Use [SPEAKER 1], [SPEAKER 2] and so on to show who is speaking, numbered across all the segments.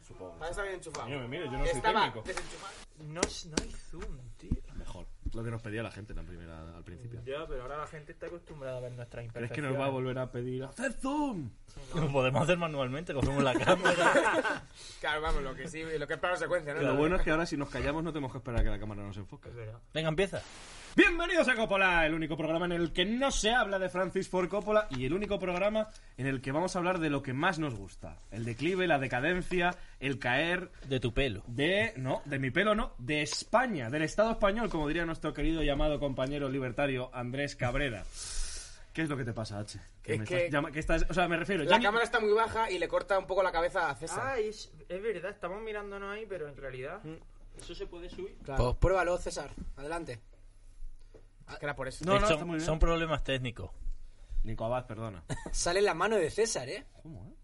[SPEAKER 1] enchufada, estaba bien enchufada.
[SPEAKER 2] Coño, mira, yo no soy
[SPEAKER 1] estaba
[SPEAKER 2] técnico.
[SPEAKER 1] desenchufada.
[SPEAKER 3] No, es- no hay zoom, tío.
[SPEAKER 4] Mejor. Lo que nos pedía la gente la primera, al principio.
[SPEAKER 3] Ya, pero ahora la gente está acostumbrada a ver nuestras
[SPEAKER 4] Pero es que
[SPEAKER 3] imperfecciones.
[SPEAKER 4] nos va a volver a pedir hacer zoom.
[SPEAKER 5] Lo podemos hacer manualmente, cogemos la cámara.
[SPEAKER 1] Claro, vamos, lo que sí, lo que es plano secuencia, ¿no?
[SPEAKER 4] Lo bueno es que ahora si nos callamos no tenemos que esperar a que la cámara nos enfoque.
[SPEAKER 3] Es verdad.
[SPEAKER 5] Venga, empieza.
[SPEAKER 4] Bienvenidos a Coppola, el único programa en el que no se habla de Francis Ford Coppola y el único programa en el que vamos a hablar de lo que más nos gusta. El declive, la decadencia, el caer
[SPEAKER 5] De tu pelo.
[SPEAKER 4] de... no, de mi pelo no, de España, del Estado español, como diría nuestro querido y amado compañero libertario Andrés Cabrera. ¿Qué es lo que te pasa, H?
[SPEAKER 1] Es
[SPEAKER 4] me
[SPEAKER 1] que-
[SPEAKER 4] estás llama- que estás- o sea, me refiero... yo
[SPEAKER 1] La
[SPEAKER 4] ni-
[SPEAKER 1] cámara está muy baja y le corta un poco la cabeza a César.
[SPEAKER 3] Ah, es, es verdad, estamos mirándonos ahí, pero en realidad.
[SPEAKER 4] Mm.
[SPEAKER 3] ¿Eso se puede subir?
[SPEAKER 1] Pues pruébalo, César. Adelante. Que era por eso.
[SPEAKER 4] No, no,
[SPEAKER 5] son,
[SPEAKER 4] está muy bien.
[SPEAKER 5] son problemas técnicos.
[SPEAKER 4] Nico Abad, perdona.
[SPEAKER 6] Ah, Sale la mano de César, ¿eh?
[SPEAKER 4] ¿Cómo, eh?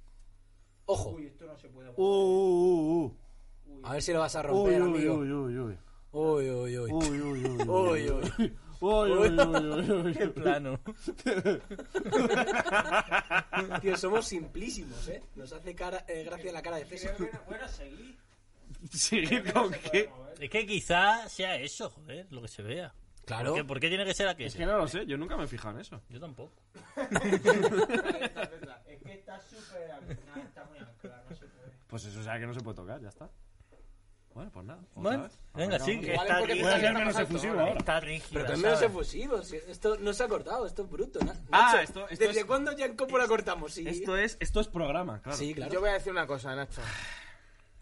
[SPEAKER 6] Ojo.
[SPEAKER 3] esto no se puede.
[SPEAKER 4] Uh, uh, uh,
[SPEAKER 6] A ver si lo vas a
[SPEAKER 4] uh. Uy,
[SPEAKER 6] romper,
[SPEAKER 4] uy,
[SPEAKER 6] amigo.
[SPEAKER 4] uy, uy, uy.
[SPEAKER 6] Uy, uy, uy.
[SPEAKER 4] Uy, uy,
[SPEAKER 6] Uy,
[SPEAKER 4] uy,
[SPEAKER 6] uy.
[SPEAKER 4] Uy, uy, uy, uy, uy.
[SPEAKER 5] Plano.
[SPEAKER 6] Tío, somos simplísimos, ¿eh? Nos hace cara, eh, gracia la cara de César.
[SPEAKER 3] Bueno, seguí.
[SPEAKER 4] ¿Seguir con qué?
[SPEAKER 5] Es que quizá sea eso, joder, lo que se vea.
[SPEAKER 6] Claro.
[SPEAKER 5] ¿Por qué, por qué tiene que ser aquello?
[SPEAKER 4] Es que no lo sé, yo nunca me he fijado en eso.
[SPEAKER 5] Yo tampoco.
[SPEAKER 3] Es que está súper. No, está muy anclado, no se puede.
[SPEAKER 4] Pues eso, o sea, que no se puede tocar, ya está. Bueno, pues nada. otra
[SPEAKER 5] Bueno,
[SPEAKER 4] vez.
[SPEAKER 5] venga,
[SPEAKER 4] Arrancamos.
[SPEAKER 5] sigue.
[SPEAKER 1] Igual es
[SPEAKER 5] Está,
[SPEAKER 1] porque
[SPEAKER 5] rígida,
[SPEAKER 4] Voy a ser
[SPEAKER 1] está
[SPEAKER 4] menos
[SPEAKER 1] más alto,
[SPEAKER 4] efusivo
[SPEAKER 1] ¿vale.
[SPEAKER 4] ahora.
[SPEAKER 5] está rígida,
[SPEAKER 6] Pero también es
[SPEAKER 5] ¿sabes?
[SPEAKER 6] efusivo. si Esto no se ha cortado, esto es bruto. ¿no?
[SPEAKER 4] Ah,
[SPEAKER 6] Nacho,
[SPEAKER 4] esto- esto
[SPEAKER 6] ¿Desde
[SPEAKER 4] es-
[SPEAKER 6] cuándo ya en Coppola cortamos? Sí,
[SPEAKER 4] Esto es, esto es programa, claro.
[SPEAKER 6] sí claro.
[SPEAKER 1] Yo voy a decir una cosa, Nacho.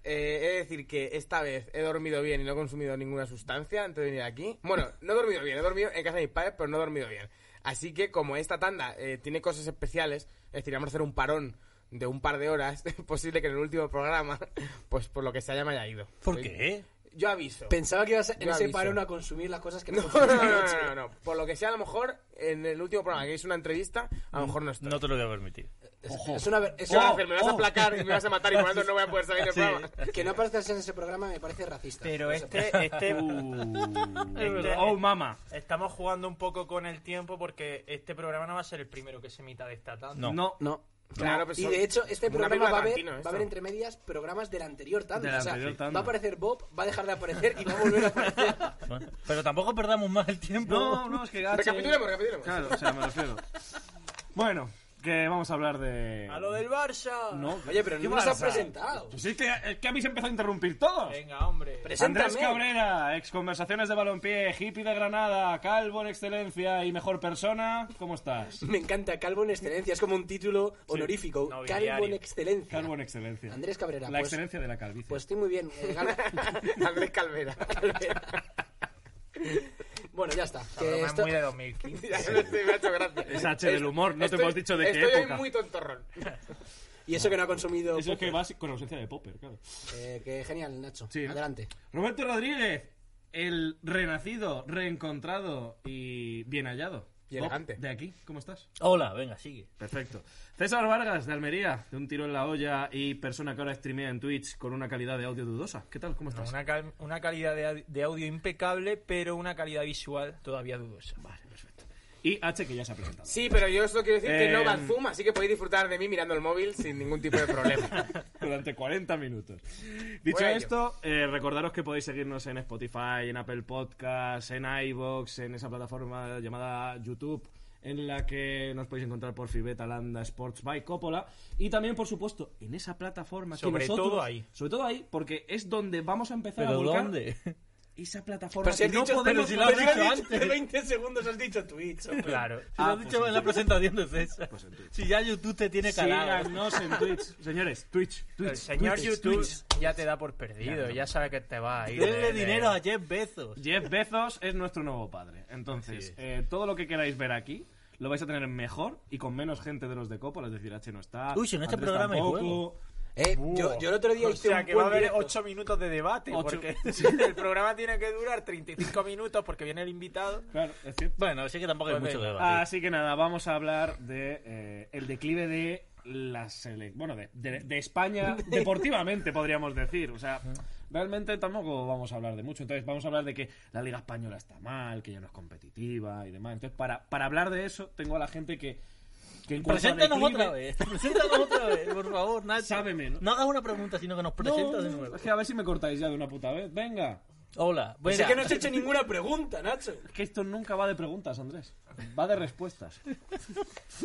[SPEAKER 1] Eh, he de decir que esta vez he dormido bien y no he consumido ninguna sustancia antes de venir aquí. Bueno, no he dormido bien, he dormido en casa de mis padres, pero no he dormido bien. Así que como esta tanda eh, tiene cosas especiales, es decir, vamos a hacer un parón de un par de horas, es posible que en el último programa, pues por lo que sea ya me haya ido.
[SPEAKER 5] ¿Por
[SPEAKER 1] Soy-
[SPEAKER 5] qué?
[SPEAKER 1] Yo aviso.
[SPEAKER 6] Pensaba que ibas a- en
[SPEAKER 1] Yo
[SPEAKER 6] ese
[SPEAKER 1] aviso.
[SPEAKER 6] parón a consumir las cosas que no,
[SPEAKER 1] No, no,
[SPEAKER 6] consumimos.
[SPEAKER 1] no, no, no, no. Por lo que sea, a lo mejor en el último programa que hice una entrevista, a lo mejor no estoy.
[SPEAKER 5] No te lo voy a permitir.
[SPEAKER 6] Es, es una... ver- es
[SPEAKER 1] ¿Qué vas a
[SPEAKER 6] una-
[SPEAKER 1] hacer? Me vas a aplacar y me vas a matar y por lo tanto no voy a poder salir del
[SPEAKER 5] Sí.
[SPEAKER 1] programa.
[SPEAKER 6] Que no aparezcas en ese programa me parece racista.
[SPEAKER 3] Pero
[SPEAKER 6] No sé por qué.
[SPEAKER 3] este, este,
[SPEAKER 4] Uh, oh, mama.
[SPEAKER 3] estamos jugando un poco con el tiempo porque este programa no va a ser el primero que se emita de esta tanda.
[SPEAKER 5] No.
[SPEAKER 4] No.
[SPEAKER 6] No.
[SPEAKER 1] Claro, pero
[SPEAKER 6] y
[SPEAKER 1] son-
[SPEAKER 6] de hecho, este
[SPEAKER 1] como una
[SPEAKER 6] programa va
[SPEAKER 1] película
[SPEAKER 6] a, haber,
[SPEAKER 1] de Tarantino,
[SPEAKER 6] va a haber
[SPEAKER 1] esto.
[SPEAKER 6] entre medias programas del anterior tanda.
[SPEAKER 4] Del
[SPEAKER 6] o sea,
[SPEAKER 4] anterior tanda.
[SPEAKER 6] Va a aparecer Bob, va a dejar de aparecer y va a volver a aparecer.
[SPEAKER 5] Bueno, pero tampoco perdamos más el tiempo.
[SPEAKER 4] No, no, es que gache.
[SPEAKER 1] Recapitulemos, recapitulemos.
[SPEAKER 4] Claro, o sea, me refiero. Bueno, que vamos a hablar de...
[SPEAKER 3] ¡A lo del Barça!
[SPEAKER 4] No,
[SPEAKER 6] Oye, pero
[SPEAKER 4] ¿qué
[SPEAKER 6] no nos has
[SPEAKER 4] pasa?
[SPEAKER 6] presentado.
[SPEAKER 4] Pues es que, es que habéis empezado a interrumpir todos.
[SPEAKER 3] Venga, hombre.
[SPEAKER 6] Preséntame.
[SPEAKER 4] Andrés Cabrera, ex conversaciones de balompié, hippie de Granada, calvo en excelencia y mejor persona, ¿cómo estás?
[SPEAKER 6] Me encanta Calvo en Excelencia, es como un título honorífico.
[SPEAKER 3] nobiliario.
[SPEAKER 6] Calvo en Excelencia.
[SPEAKER 4] Calvo en excelencia.
[SPEAKER 6] Andrés Cabrera,
[SPEAKER 4] La
[SPEAKER 6] pues-
[SPEAKER 4] excelencia de la calvicie.
[SPEAKER 6] Pues estoy muy bien. eh, Gal-
[SPEAKER 1] Andrés Calvera.
[SPEAKER 6] bueno, ya está.
[SPEAKER 3] La
[SPEAKER 6] que
[SPEAKER 3] broma es
[SPEAKER 6] esto-
[SPEAKER 3] muy de 2015.
[SPEAKER 1] Ya no sé, me ha hecho gracia.
[SPEAKER 4] Es H del humor, no te hemos dicho de qué
[SPEAKER 1] estoy hoy
[SPEAKER 4] época.
[SPEAKER 1] muy tontorrón.
[SPEAKER 6] Y eso que no ha consumido.
[SPEAKER 4] Eso es que
[SPEAKER 6] Popper.
[SPEAKER 4] vas con ausencia de Popper, claro.
[SPEAKER 6] Eh, que genial, Nacho.
[SPEAKER 4] Sí, ¿no?
[SPEAKER 6] Adelante.
[SPEAKER 4] Roberto Rodríguez, el renacido, reencontrado y bien hallado.
[SPEAKER 1] Y
[SPEAKER 4] Bob,
[SPEAKER 1] elegante.
[SPEAKER 4] De aquí, ¿cómo estás?
[SPEAKER 5] Hola, venga, sigue.
[SPEAKER 4] Perfecto. César Vargas, de Almería, de un tiro en la olla y persona que ahora streamea en Twitch con una calidad de audio dudosa. ¿Qué tal? ¿Cómo
[SPEAKER 3] No,
[SPEAKER 4] estás?
[SPEAKER 3] una, cal- una calidad de, au- de audio impecable, pero una calidad visual todavía dudosa.
[SPEAKER 4] Vale, perfecto. Y H, que ya se ha presentado.
[SPEAKER 1] Sí, pero yo solo quiero decir que
[SPEAKER 4] Eh,
[SPEAKER 1] no va al Zoom, así que podéis disfrutar de mí mirando el móvil sin ningún tipo de problema.
[SPEAKER 4] durante 40 minutos. Dicho
[SPEAKER 1] Voy a ello.
[SPEAKER 4] esto, eh, recordaros que podéis seguirnos en Spotify, en Apple Podcasts, en iVoox, en esa plataforma llamada YouTube en la que nos podéis encontrar por Fibeta Landa Sports by Coppola y también por supuesto en esa plataforma que
[SPEAKER 3] Sobre
[SPEAKER 4] nosotros-
[SPEAKER 3] todo ahí.
[SPEAKER 4] sobre todo ahí porque es donde vamos a empezar a
[SPEAKER 5] ¿Pero
[SPEAKER 4] volcar
[SPEAKER 5] dónde?
[SPEAKER 4] esa plataforma
[SPEAKER 6] Pero si
[SPEAKER 4] que
[SPEAKER 6] has
[SPEAKER 4] no
[SPEAKER 6] dicho,
[SPEAKER 4] podemos
[SPEAKER 5] si lo has
[SPEAKER 6] pero si has
[SPEAKER 5] dicho
[SPEAKER 6] dicho-
[SPEAKER 5] antes.
[SPEAKER 6] de 20 segundos has dicho Twitch. hombre.
[SPEAKER 3] Claro.
[SPEAKER 5] Si lo has
[SPEAKER 4] pues
[SPEAKER 5] dicho en la presentación de César. si ya YouTube te tiene calado.
[SPEAKER 4] síganos en Twitch señores Twitch, Twitch
[SPEAKER 3] El señor
[SPEAKER 4] Twitch,
[SPEAKER 3] YouTube
[SPEAKER 4] Twitch.
[SPEAKER 3] ya te da por perdido, ya sabe que te va a ir.
[SPEAKER 5] Denle dinero a Jeff Bezos.
[SPEAKER 4] Jeff Bezos es nuestro nuevo padre. Entonces, eh, todo lo que queráis ver aquí lo vais a tener mejor y con menos gente de los de Coppola. Es decir, H no está.
[SPEAKER 5] Uy, si en este
[SPEAKER 4] Andrés
[SPEAKER 5] programa hay
[SPEAKER 4] tampoco.
[SPEAKER 5] juego.
[SPEAKER 6] Eh, yo, yo el otro día
[SPEAKER 3] Uh. O
[SPEAKER 6] hice
[SPEAKER 3] sea,
[SPEAKER 6] un
[SPEAKER 3] que va
[SPEAKER 6] buen
[SPEAKER 3] a haber
[SPEAKER 6] directo.
[SPEAKER 3] 8 minutos de debate,
[SPEAKER 4] Ocho.
[SPEAKER 3] porque el programa tiene que durar 35 minutos porque viene el invitado.
[SPEAKER 4] Claro, es cierto.
[SPEAKER 5] Bueno, sí que tampoco hay
[SPEAKER 3] Pues
[SPEAKER 5] mucho que
[SPEAKER 3] venga.
[SPEAKER 5] debatir.
[SPEAKER 4] Así que nada, vamos a hablar de eh, el declive de la sele- bueno de, de- de España deportivamente podríamos decir, o sea, realmente tampoco vamos a hablar de mucho, entonces vamos a hablar de que la liga española está mal, que ya no es competitiva y demás. Entonces, para, para hablar de eso tengo a la gente que que que en cuanto a
[SPEAKER 5] Preséntanos
[SPEAKER 4] declive-
[SPEAKER 5] otra vez. Preséntanos otra vez, por favor, Nacho.
[SPEAKER 4] Sábeme, ¿no?
[SPEAKER 5] No hagas una pregunta, sino que nos presentas de
[SPEAKER 4] No,
[SPEAKER 5] nuevo.
[SPEAKER 4] es que a ver si me cortáis ya de una puta vez. Venga.
[SPEAKER 5] Hola. ah,
[SPEAKER 6] Pues es
[SPEAKER 5] venga.
[SPEAKER 6] que no has hecho ninguna pregunta, Nacho.
[SPEAKER 4] Es que esto nunca va de preguntas, Andrés. Va de respuestas.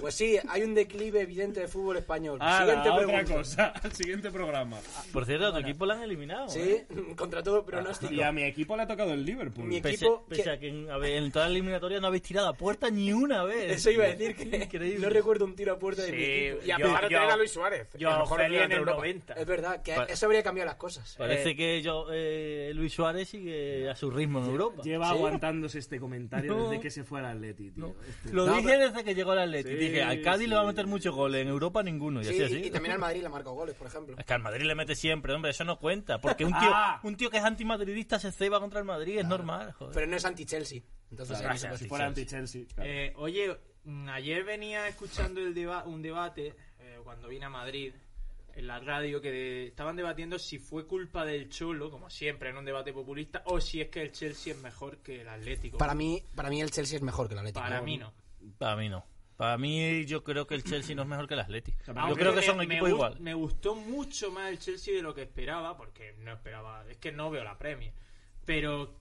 [SPEAKER 6] Pues sí, hay un declive evidente de fútbol español.
[SPEAKER 4] Ah,
[SPEAKER 6] Siguiente
[SPEAKER 4] otra
[SPEAKER 6] pregunta.
[SPEAKER 4] cosa. Al siguiente programa.
[SPEAKER 5] Por cierto, a tu equipo lo han eliminado. ¿eh?
[SPEAKER 6] Sí, contra todo pronóstico.
[SPEAKER 4] Y a mi equipo le ha tocado el Liverpool.
[SPEAKER 6] Mi-
[SPEAKER 5] Pese,
[SPEAKER 6] equipo
[SPEAKER 5] pese
[SPEAKER 6] que-
[SPEAKER 5] a que en, a ver, en toda la eliminatoria no habéis tirado a puerta ni una vez.
[SPEAKER 6] Eso iba a decir que
[SPEAKER 5] Increíble.
[SPEAKER 6] no recuerdo un tiro a puerta de mi equipo.
[SPEAKER 1] Y a
[SPEAKER 3] Yo-
[SPEAKER 1] pesar de
[SPEAKER 3] yo-
[SPEAKER 1] tener a Luis Suárez.
[SPEAKER 3] Yo
[SPEAKER 1] el
[SPEAKER 3] a
[SPEAKER 1] mejor
[SPEAKER 3] Ofelia en
[SPEAKER 1] delantero
[SPEAKER 3] el
[SPEAKER 1] de Europa.
[SPEAKER 3] 90.
[SPEAKER 6] Es verdad, que
[SPEAKER 5] Vale.
[SPEAKER 6] eso habría cambiado las cosas.
[SPEAKER 5] Parece
[SPEAKER 3] Eh.
[SPEAKER 5] que yo, eh, Luis Suárez sigue a su ritmo en Europa.
[SPEAKER 4] Lleva
[SPEAKER 6] Sí.
[SPEAKER 4] aguantándose este comentario
[SPEAKER 5] No.
[SPEAKER 4] desde que se fue al Atleti, tío. Este-
[SPEAKER 5] Lo
[SPEAKER 6] No,
[SPEAKER 5] dije
[SPEAKER 6] pero-
[SPEAKER 5] desde que llegó el Atleti.
[SPEAKER 4] Sí,
[SPEAKER 5] dije, al Cádiz le va a meter
[SPEAKER 4] sí.
[SPEAKER 5] muchos goles, en Europa ninguno. Y
[SPEAKER 6] Sí,
[SPEAKER 5] así,
[SPEAKER 6] y-
[SPEAKER 5] así.
[SPEAKER 6] y, también al Madrid le ha marcado goles, por ejemplo.
[SPEAKER 5] Es que al Madrid le mete siempre, hombre, eso no cuenta. Porque un tío,
[SPEAKER 4] Ah.
[SPEAKER 5] un tío que es antimadridista se ceba contra el Madrid, es normal. Joder.
[SPEAKER 6] Pero no es anti-Chelsea. Entonces,
[SPEAKER 5] Claro,
[SPEAKER 6] ahí no se
[SPEAKER 5] claro,
[SPEAKER 6] puede.
[SPEAKER 5] sí.
[SPEAKER 4] Si fuera anti-Chelsea. claro.
[SPEAKER 3] Eh, oye, mm, ayer venía escuchando el deba- un debate eh, cuando vine a Madrid en la radio que de- estaban debatiendo si fue culpa del Cholo, como siempre en un debate populista, o si es que el Chelsea es mejor que el Atlético.
[SPEAKER 6] Para mí, para mí el Chelsea es mejor que el Atlético.
[SPEAKER 3] Para mí no.
[SPEAKER 5] Para mí no. Para mí yo creo que el Chelsea no es mejor que el Atleti. Yo
[SPEAKER 3] Aunque
[SPEAKER 5] creo que
[SPEAKER 3] me-
[SPEAKER 5] son
[SPEAKER 3] me
[SPEAKER 5] equipos
[SPEAKER 3] gust-
[SPEAKER 5] igual.
[SPEAKER 3] Me gustó mucho más el Chelsea de lo que esperaba, porque no esperaba, es que no veo la Premier. Pero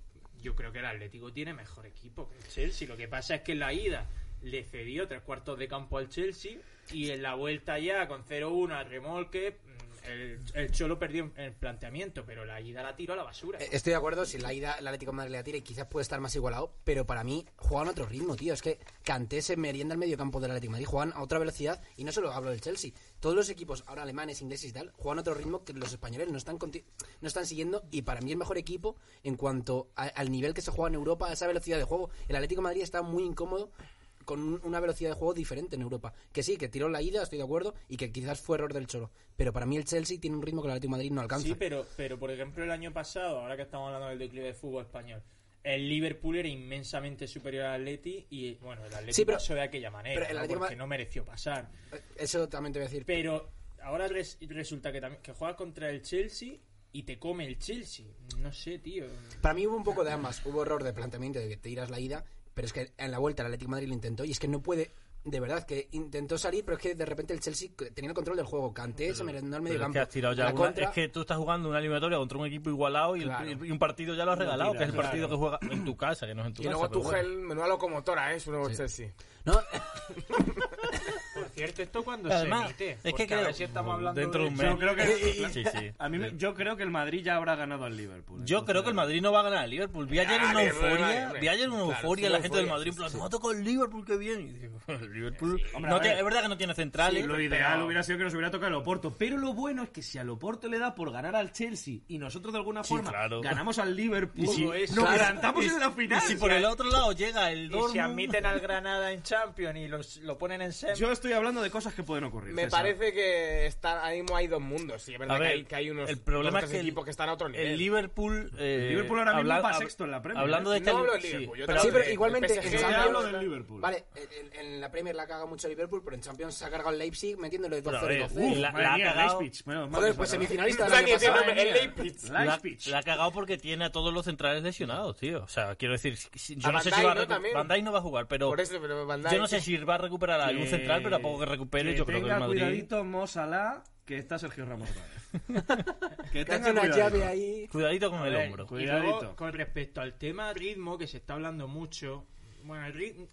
[SPEAKER 3] yo creo que el Atlético tiene mejor equipo que el Chelsea. Lo que pasa es que en la ida le cedió tres cuartos de campo al Chelsea y en la vuelta ya con 0-1 al remolque, mm, el, el Cholo perdió en- el planteamiento, pero la ida la tiró a la basura.
[SPEAKER 6] Eh, Estoy de acuerdo, si la ida el Atlético de Madrid la tira y quizás puede estar más igualado, pero para mí juegan a otro ritmo, tío. Es que Kanté se merienda al medio campo del Atlético de Madrid, juegan a otra velocidad y no solo hablo del Chelsea. Todos los equipos, ahora alemanes, ingleses y tal, juegan a otro ritmo que los españoles no están, conti- no están siguiendo y para mí el mejor equipo en cuanto a- al nivel que se juega en Europa, a esa velocidad de juego. El Atlético de Madrid está muy incómodo con un- una velocidad de juego diferente en Europa. Que sí, que tiró la ida, estoy de acuerdo, y que quizás fue error del Cholo. Pero para mí el Chelsea tiene un ritmo que el Atlético de Madrid no alcanza.
[SPEAKER 3] Sí, pero, pero por ejemplo el año pasado, ahora que estamos hablando del declive del fútbol español, el Liverpool era inmensamente superior al Atleti y bueno, el Atleti
[SPEAKER 6] Sí, pero-
[SPEAKER 3] pasó de aquella manera,
[SPEAKER 6] pero el
[SPEAKER 3] ¿no?
[SPEAKER 6] Atlético
[SPEAKER 3] porque
[SPEAKER 6] ma-
[SPEAKER 3] no mereció pasar.
[SPEAKER 6] Eh, Eso también te voy a decir.
[SPEAKER 3] Pero ahora res- resulta que también que juegas contra el Chelsea y te come el Chelsea. No sé, tío.
[SPEAKER 6] Para mí hubo un poco de ambas. Hubo error de planteamiento de que te irás la ida, pero es que en la vuelta el Atlético de Madrid lo intentó y es que no puede. De verdad, que intentó salir, pero es que de repente el Chelsea c- tenía el control del juego. Canté, se merendó al medio
[SPEAKER 5] Pero es
[SPEAKER 6] campo.
[SPEAKER 5] que has tirado ya
[SPEAKER 6] La
[SPEAKER 5] alguna-
[SPEAKER 6] contra-
[SPEAKER 5] es que tú estás jugando una eliminatoria contra un equipo igualado y, el-
[SPEAKER 6] Claro.
[SPEAKER 5] y un partido ya lo has regalado,
[SPEAKER 4] tira,
[SPEAKER 5] que es el partido que juega en tu casa, que no es en tu
[SPEAKER 1] Y
[SPEAKER 5] casa.
[SPEAKER 1] luego
[SPEAKER 5] pero
[SPEAKER 1] Tuchel,
[SPEAKER 5] bueno.
[SPEAKER 1] menuda locomotora, ¿eh? Su nuevo Chelsea.
[SPEAKER 6] No,
[SPEAKER 3] Por cierto, esto cuando
[SPEAKER 5] Además,
[SPEAKER 3] se emite.
[SPEAKER 5] es que
[SPEAKER 3] Porque a
[SPEAKER 5] creo-
[SPEAKER 3] ver si estamos hablando
[SPEAKER 5] dentro de un mes.
[SPEAKER 4] Yo creo que...
[SPEAKER 5] Sí, sí.
[SPEAKER 4] A mí me- yo creo que el Madrid ya habrá ganado al Liverpool.
[SPEAKER 5] Yo creo que el Madrid no va a ganar al Liverpool. Vi ayer
[SPEAKER 1] Ah,
[SPEAKER 5] una
[SPEAKER 1] bien, vale,
[SPEAKER 5] euforia,
[SPEAKER 1] vale.
[SPEAKER 5] vi ayer una
[SPEAKER 1] Claro,
[SPEAKER 5] euforia, la
[SPEAKER 1] sí,
[SPEAKER 5] gente del
[SPEAKER 1] euforia,
[SPEAKER 5] Madrid, en plan, no ha tocado el Liverpool, qué bien. Y digo, el Liverpool,
[SPEAKER 4] Hombre,
[SPEAKER 5] no
[SPEAKER 4] a ver.
[SPEAKER 5] tiene- es verdad que no tiene centrales.
[SPEAKER 4] Lo ideal hubiera sido que nos hubiera tocado el Oporto. Pero lo bueno es que si al Oporto le da por ganar al Chelsea y nosotros de alguna
[SPEAKER 5] Sí,
[SPEAKER 4] forma
[SPEAKER 5] claro.
[SPEAKER 4] ganamos al Liverpool,
[SPEAKER 5] si-
[SPEAKER 4] nos plantamos en la final.
[SPEAKER 5] y si por el otro lado llega
[SPEAKER 3] Y
[SPEAKER 5] el
[SPEAKER 3] si
[SPEAKER 5] Dortmund,
[SPEAKER 3] admiten al Granada en Champions y los, lo ponen en semi.
[SPEAKER 4] Yo estoy hablando de cosas que pueden ocurrir.
[SPEAKER 1] Me
[SPEAKER 4] César.
[SPEAKER 1] parece que está, ahí mismo hay dos mundos. Y es verdad
[SPEAKER 5] A ver,
[SPEAKER 1] que, hay, que hay unos
[SPEAKER 5] el problema
[SPEAKER 1] dos,
[SPEAKER 5] es
[SPEAKER 1] tres
[SPEAKER 5] que el-
[SPEAKER 1] equipos que están a otro nivel.
[SPEAKER 5] el Liverpool... eh,
[SPEAKER 4] Liverpool ahora mismo va
[SPEAKER 5] hab-
[SPEAKER 4] sexto en la Premier,
[SPEAKER 5] Hablando
[SPEAKER 4] ¿eh?
[SPEAKER 5] de
[SPEAKER 1] No
[SPEAKER 5] este-
[SPEAKER 1] hablo del
[SPEAKER 5] sí,
[SPEAKER 1] Liverpool, yo
[SPEAKER 5] pero-
[SPEAKER 1] te
[SPEAKER 6] sí,
[SPEAKER 1] hablo
[SPEAKER 6] pero
[SPEAKER 1] de-
[SPEAKER 6] igualmente
[SPEAKER 1] del PSG,
[SPEAKER 6] en
[SPEAKER 1] yo
[SPEAKER 6] Champions-
[SPEAKER 4] hablo del Liverpool.
[SPEAKER 6] Vale, en, en- en la Premier la caga mucho Liverpool, pero en Champions se ha cargado el Leipzig metiéndole
[SPEAKER 5] Pero,
[SPEAKER 6] 12
[SPEAKER 5] a ver,
[SPEAKER 4] Uf,
[SPEAKER 5] Y la-
[SPEAKER 4] madre
[SPEAKER 5] la ha
[SPEAKER 4] mía,
[SPEAKER 5] cagado.
[SPEAKER 4] Leipzig. Menos mal que
[SPEAKER 6] Joder,
[SPEAKER 4] se
[SPEAKER 6] pues
[SPEAKER 4] ha acabado.
[SPEAKER 6] semifinalista
[SPEAKER 1] O
[SPEAKER 6] del
[SPEAKER 1] sea, ni
[SPEAKER 6] año
[SPEAKER 1] tiene
[SPEAKER 6] pasado.
[SPEAKER 1] nombre, el Leipzig.
[SPEAKER 5] La,
[SPEAKER 4] Leipzig.
[SPEAKER 5] la ha cagado porque tiene a todos los centrales lesionados, tío. O sea, quiero decir, si- si- yo
[SPEAKER 1] A
[SPEAKER 5] no sé
[SPEAKER 1] Van
[SPEAKER 5] si va a
[SPEAKER 1] Dijk, ¿no?
[SPEAKER 5] recuperar.
[SPEAKER 1] También.
[SPEAKER 5] Van Dijk no va a jugar, pero
[SPEAKER 1] Por eso, pero Van
[SPEAKER 5] yo no
[SPEAKER 1] Dijk-
[SPEAKER 5] sé si va a recuperar a algún
[SPEAKER 4] Que-
[SPEAKER 5] central, pero a poco que recupere, yo creo que el
[SPEAKER 4] tenga
[SPEAKER 5] Madrid.
[SPEAKER 4] cuidadito Mo Salah, que está Sergio Ramos otra vez. que
[SPEAKER 6] Que hace una
[SPEAKER 4] cuidadito.
[SPEAKER 6] llave ahí.
[SPEAKER 5] Cuidadito con
[SPEAKER 3] A
[SPEAKER 5] el
[SPEAKER 3] ver,
[SPEAKER 5] hombro.
[SPEAKER 3] Y
[SPEAKER 4] Cuidadito.
[SPEAKER 3] luego, con respecto al tema ritmo, que se está hablando mucho, bueno, el ritmo,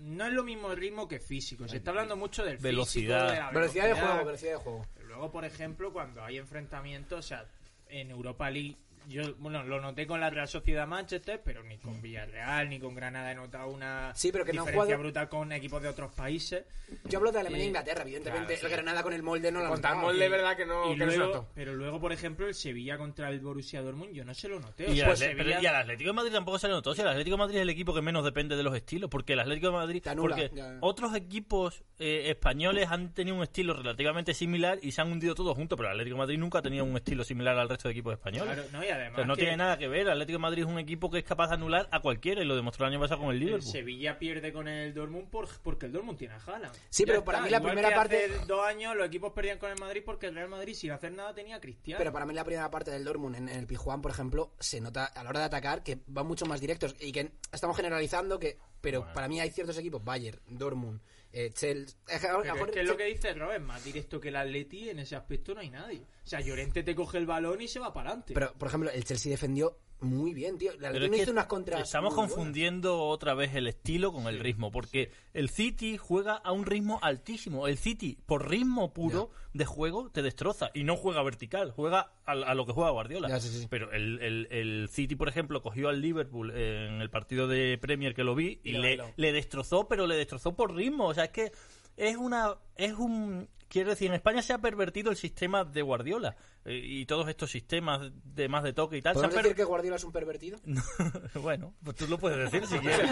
[SPEAKER 3] no es lo mismo el ritmo que físico, se está hablando mucho del
[SPEAKER 5] Velocidad.
[SPEAKER 3] físico, de la
[SPEAKER 6] Velocidad de juego, velocidad de juego.
[SPEAKER 3] Luego, por ejemplo, cuando hay enfrentamientos, o sea, en Europa League, yo, bueno, lo noté con la Real Sociedad Manchester, pero ni con Villarreal, ni con Granada he notado una
[SPEAKER 6] Sí, pero que no han
[SPEAKER 3] diferencia
[SPEAKER 6] jugado-
[SPEAKER 3] brutal con equipos de otros países.
[SPEAKER 6] Yo hablo de Alemania e
[SPEAKER 3] Eh,
[SPEAKER 6] Inglaterra, evidentemente.
[SPEAKER 1] claro, sí.
[SPEAKER 6] El Granada con el molde no la
[SPEAKER 1] Contra el
[SPEAKER 6] notaba.
[SPEAKER 1] molde, verdad que no,
[SPEAKER 3] Y
[SPEAKER 1] que no se
[SPEAKER 3] luego,
[SPEAKER 1] notó.
[SPEAKER 3] pero luego, por ejemplo, el Sevilla contra el Borussia Dortmund, yo no se lo noté. o
[SPEAKER 5] Y,
[SPEAKER 3] sea,
[SPEAKER 5] al,
[SPEAKER 3] el
[SPEAKER 5] Atle- pero-
[SPEAKER 3] Sevilla-
[SPEAKER 5] y al Atlético de Madrid tampoco se le notó. Si el Atlético de Madrid es el equipo que menos depende de los estilos, porque el Atlético de Madrid.
[SPEAKER 6] Te anula,
[SPEAKER 5] porque
[SPEAKER 6] ya.
[SPEAKER 5] otros equipos eh, españoles han tenido un estilo relativamente similar y se han hundido todos juntos, pero el Atlético de Madrid nunca ha tenido un estilo similar al resto de equipos españoles.
[SPEAKER 3] Claro, no, y
[SPEAKER 5] O
[SPEAKER 3] además
[SPEAKER 5] sea, no
[SPEAKER 3] que-
[SPEAKER 5] tiene nada que ver. El Atlético de Madrid es un equipo que es capaz de anular a cualquiera y lo demostró el año pasado con el
[SPEAKER 3] El
[SPEAKER 5] Liverpool.
[SPEAKER 3] Sevilla pierde con el Dortmund por- porque el Dortmund tiene a Haaland.
[SPEAKER 6] Sí,
[SPEAKER 3] Ya
[SPEAKER 6] pero para
[SPEAKER 3] está.
[SPEAKER 6] mí la
[SPEAKER 3] Igual
[SPEAKER 6] primera
[SPEAKER 3] que
[SPEAKER 6] parte-
[SPEAKER 3] Hace dos años los equipos perdían con el Madrid porque el Real Madrid sin hacer nada tenía a Cristiano.
[SPEAKER 6] Pero para mí la primera parte del Dortmund en, en el Pijuan, por ejemplo, se nota a la hora de atacar que van mucho más directos y que estamos generalizando que pero para mí hay ciertos equipos, Bayern, Dortmund, eh, Chelsea... es que a- a
[SPEAKER 3] Pero
[SPEAKER 6] mejor
[SPEAKER 3] es que es lo
[SPEAKER 6] Chel-
[SPEAKER 3] que dice Rob, es más directo que el Atleti, en ese aspecto no hay nadie. O sea, Llorente te coge el balón y se va para adelante.
[SPEAKER 6] Pero, por ejemplo, el Chelsea defendió muy bien, tío. El
[SPEAKER 5] Pero
[SPEAKER 6] Atleti
[SPEAKER 5] es
[SPEAKER 6] no
[SPEAKER 5] que
[SPEAKER 6] hizo unas contras
[SPEAKER 5] Estamos
[SPEAKER 6] muy buenas.
[SPEAKER 5] confundiendo otra vez el estilo con el ritmo, porque el City juega a un ritmo altísimo. El City, por ritmo puro de juego, te destroza y no juega vertical, juega a, a lo que juega Guardiola.
[SPEAKER 6] Ya, sí, sí.
[SPEAKER 5] Pero el, el- el City, por ejemplo, cogió al Liverpool en el partido de Premier que lo vi y
[SPEAKER 1] lo
[SPEAKER 5] le,
[SPEAKER 1] bailó.
[SPEAKER 5] le destrozó, pero le destrozó por ritmo. O sea, es que es una. Es un. Quiero decir, en España se ha pervertido el sistema de Guardiola eh, y todos estos sistemas de más de toque y tal. Se han
[SPEAKER 6] ¿Podemos
[SPEAKER 5] per-
[SPEAKER 6] decir que Guardiola es un pervertido?
[SPEAKER 5] no, bueno, pues tú lo puedes decir si quieres.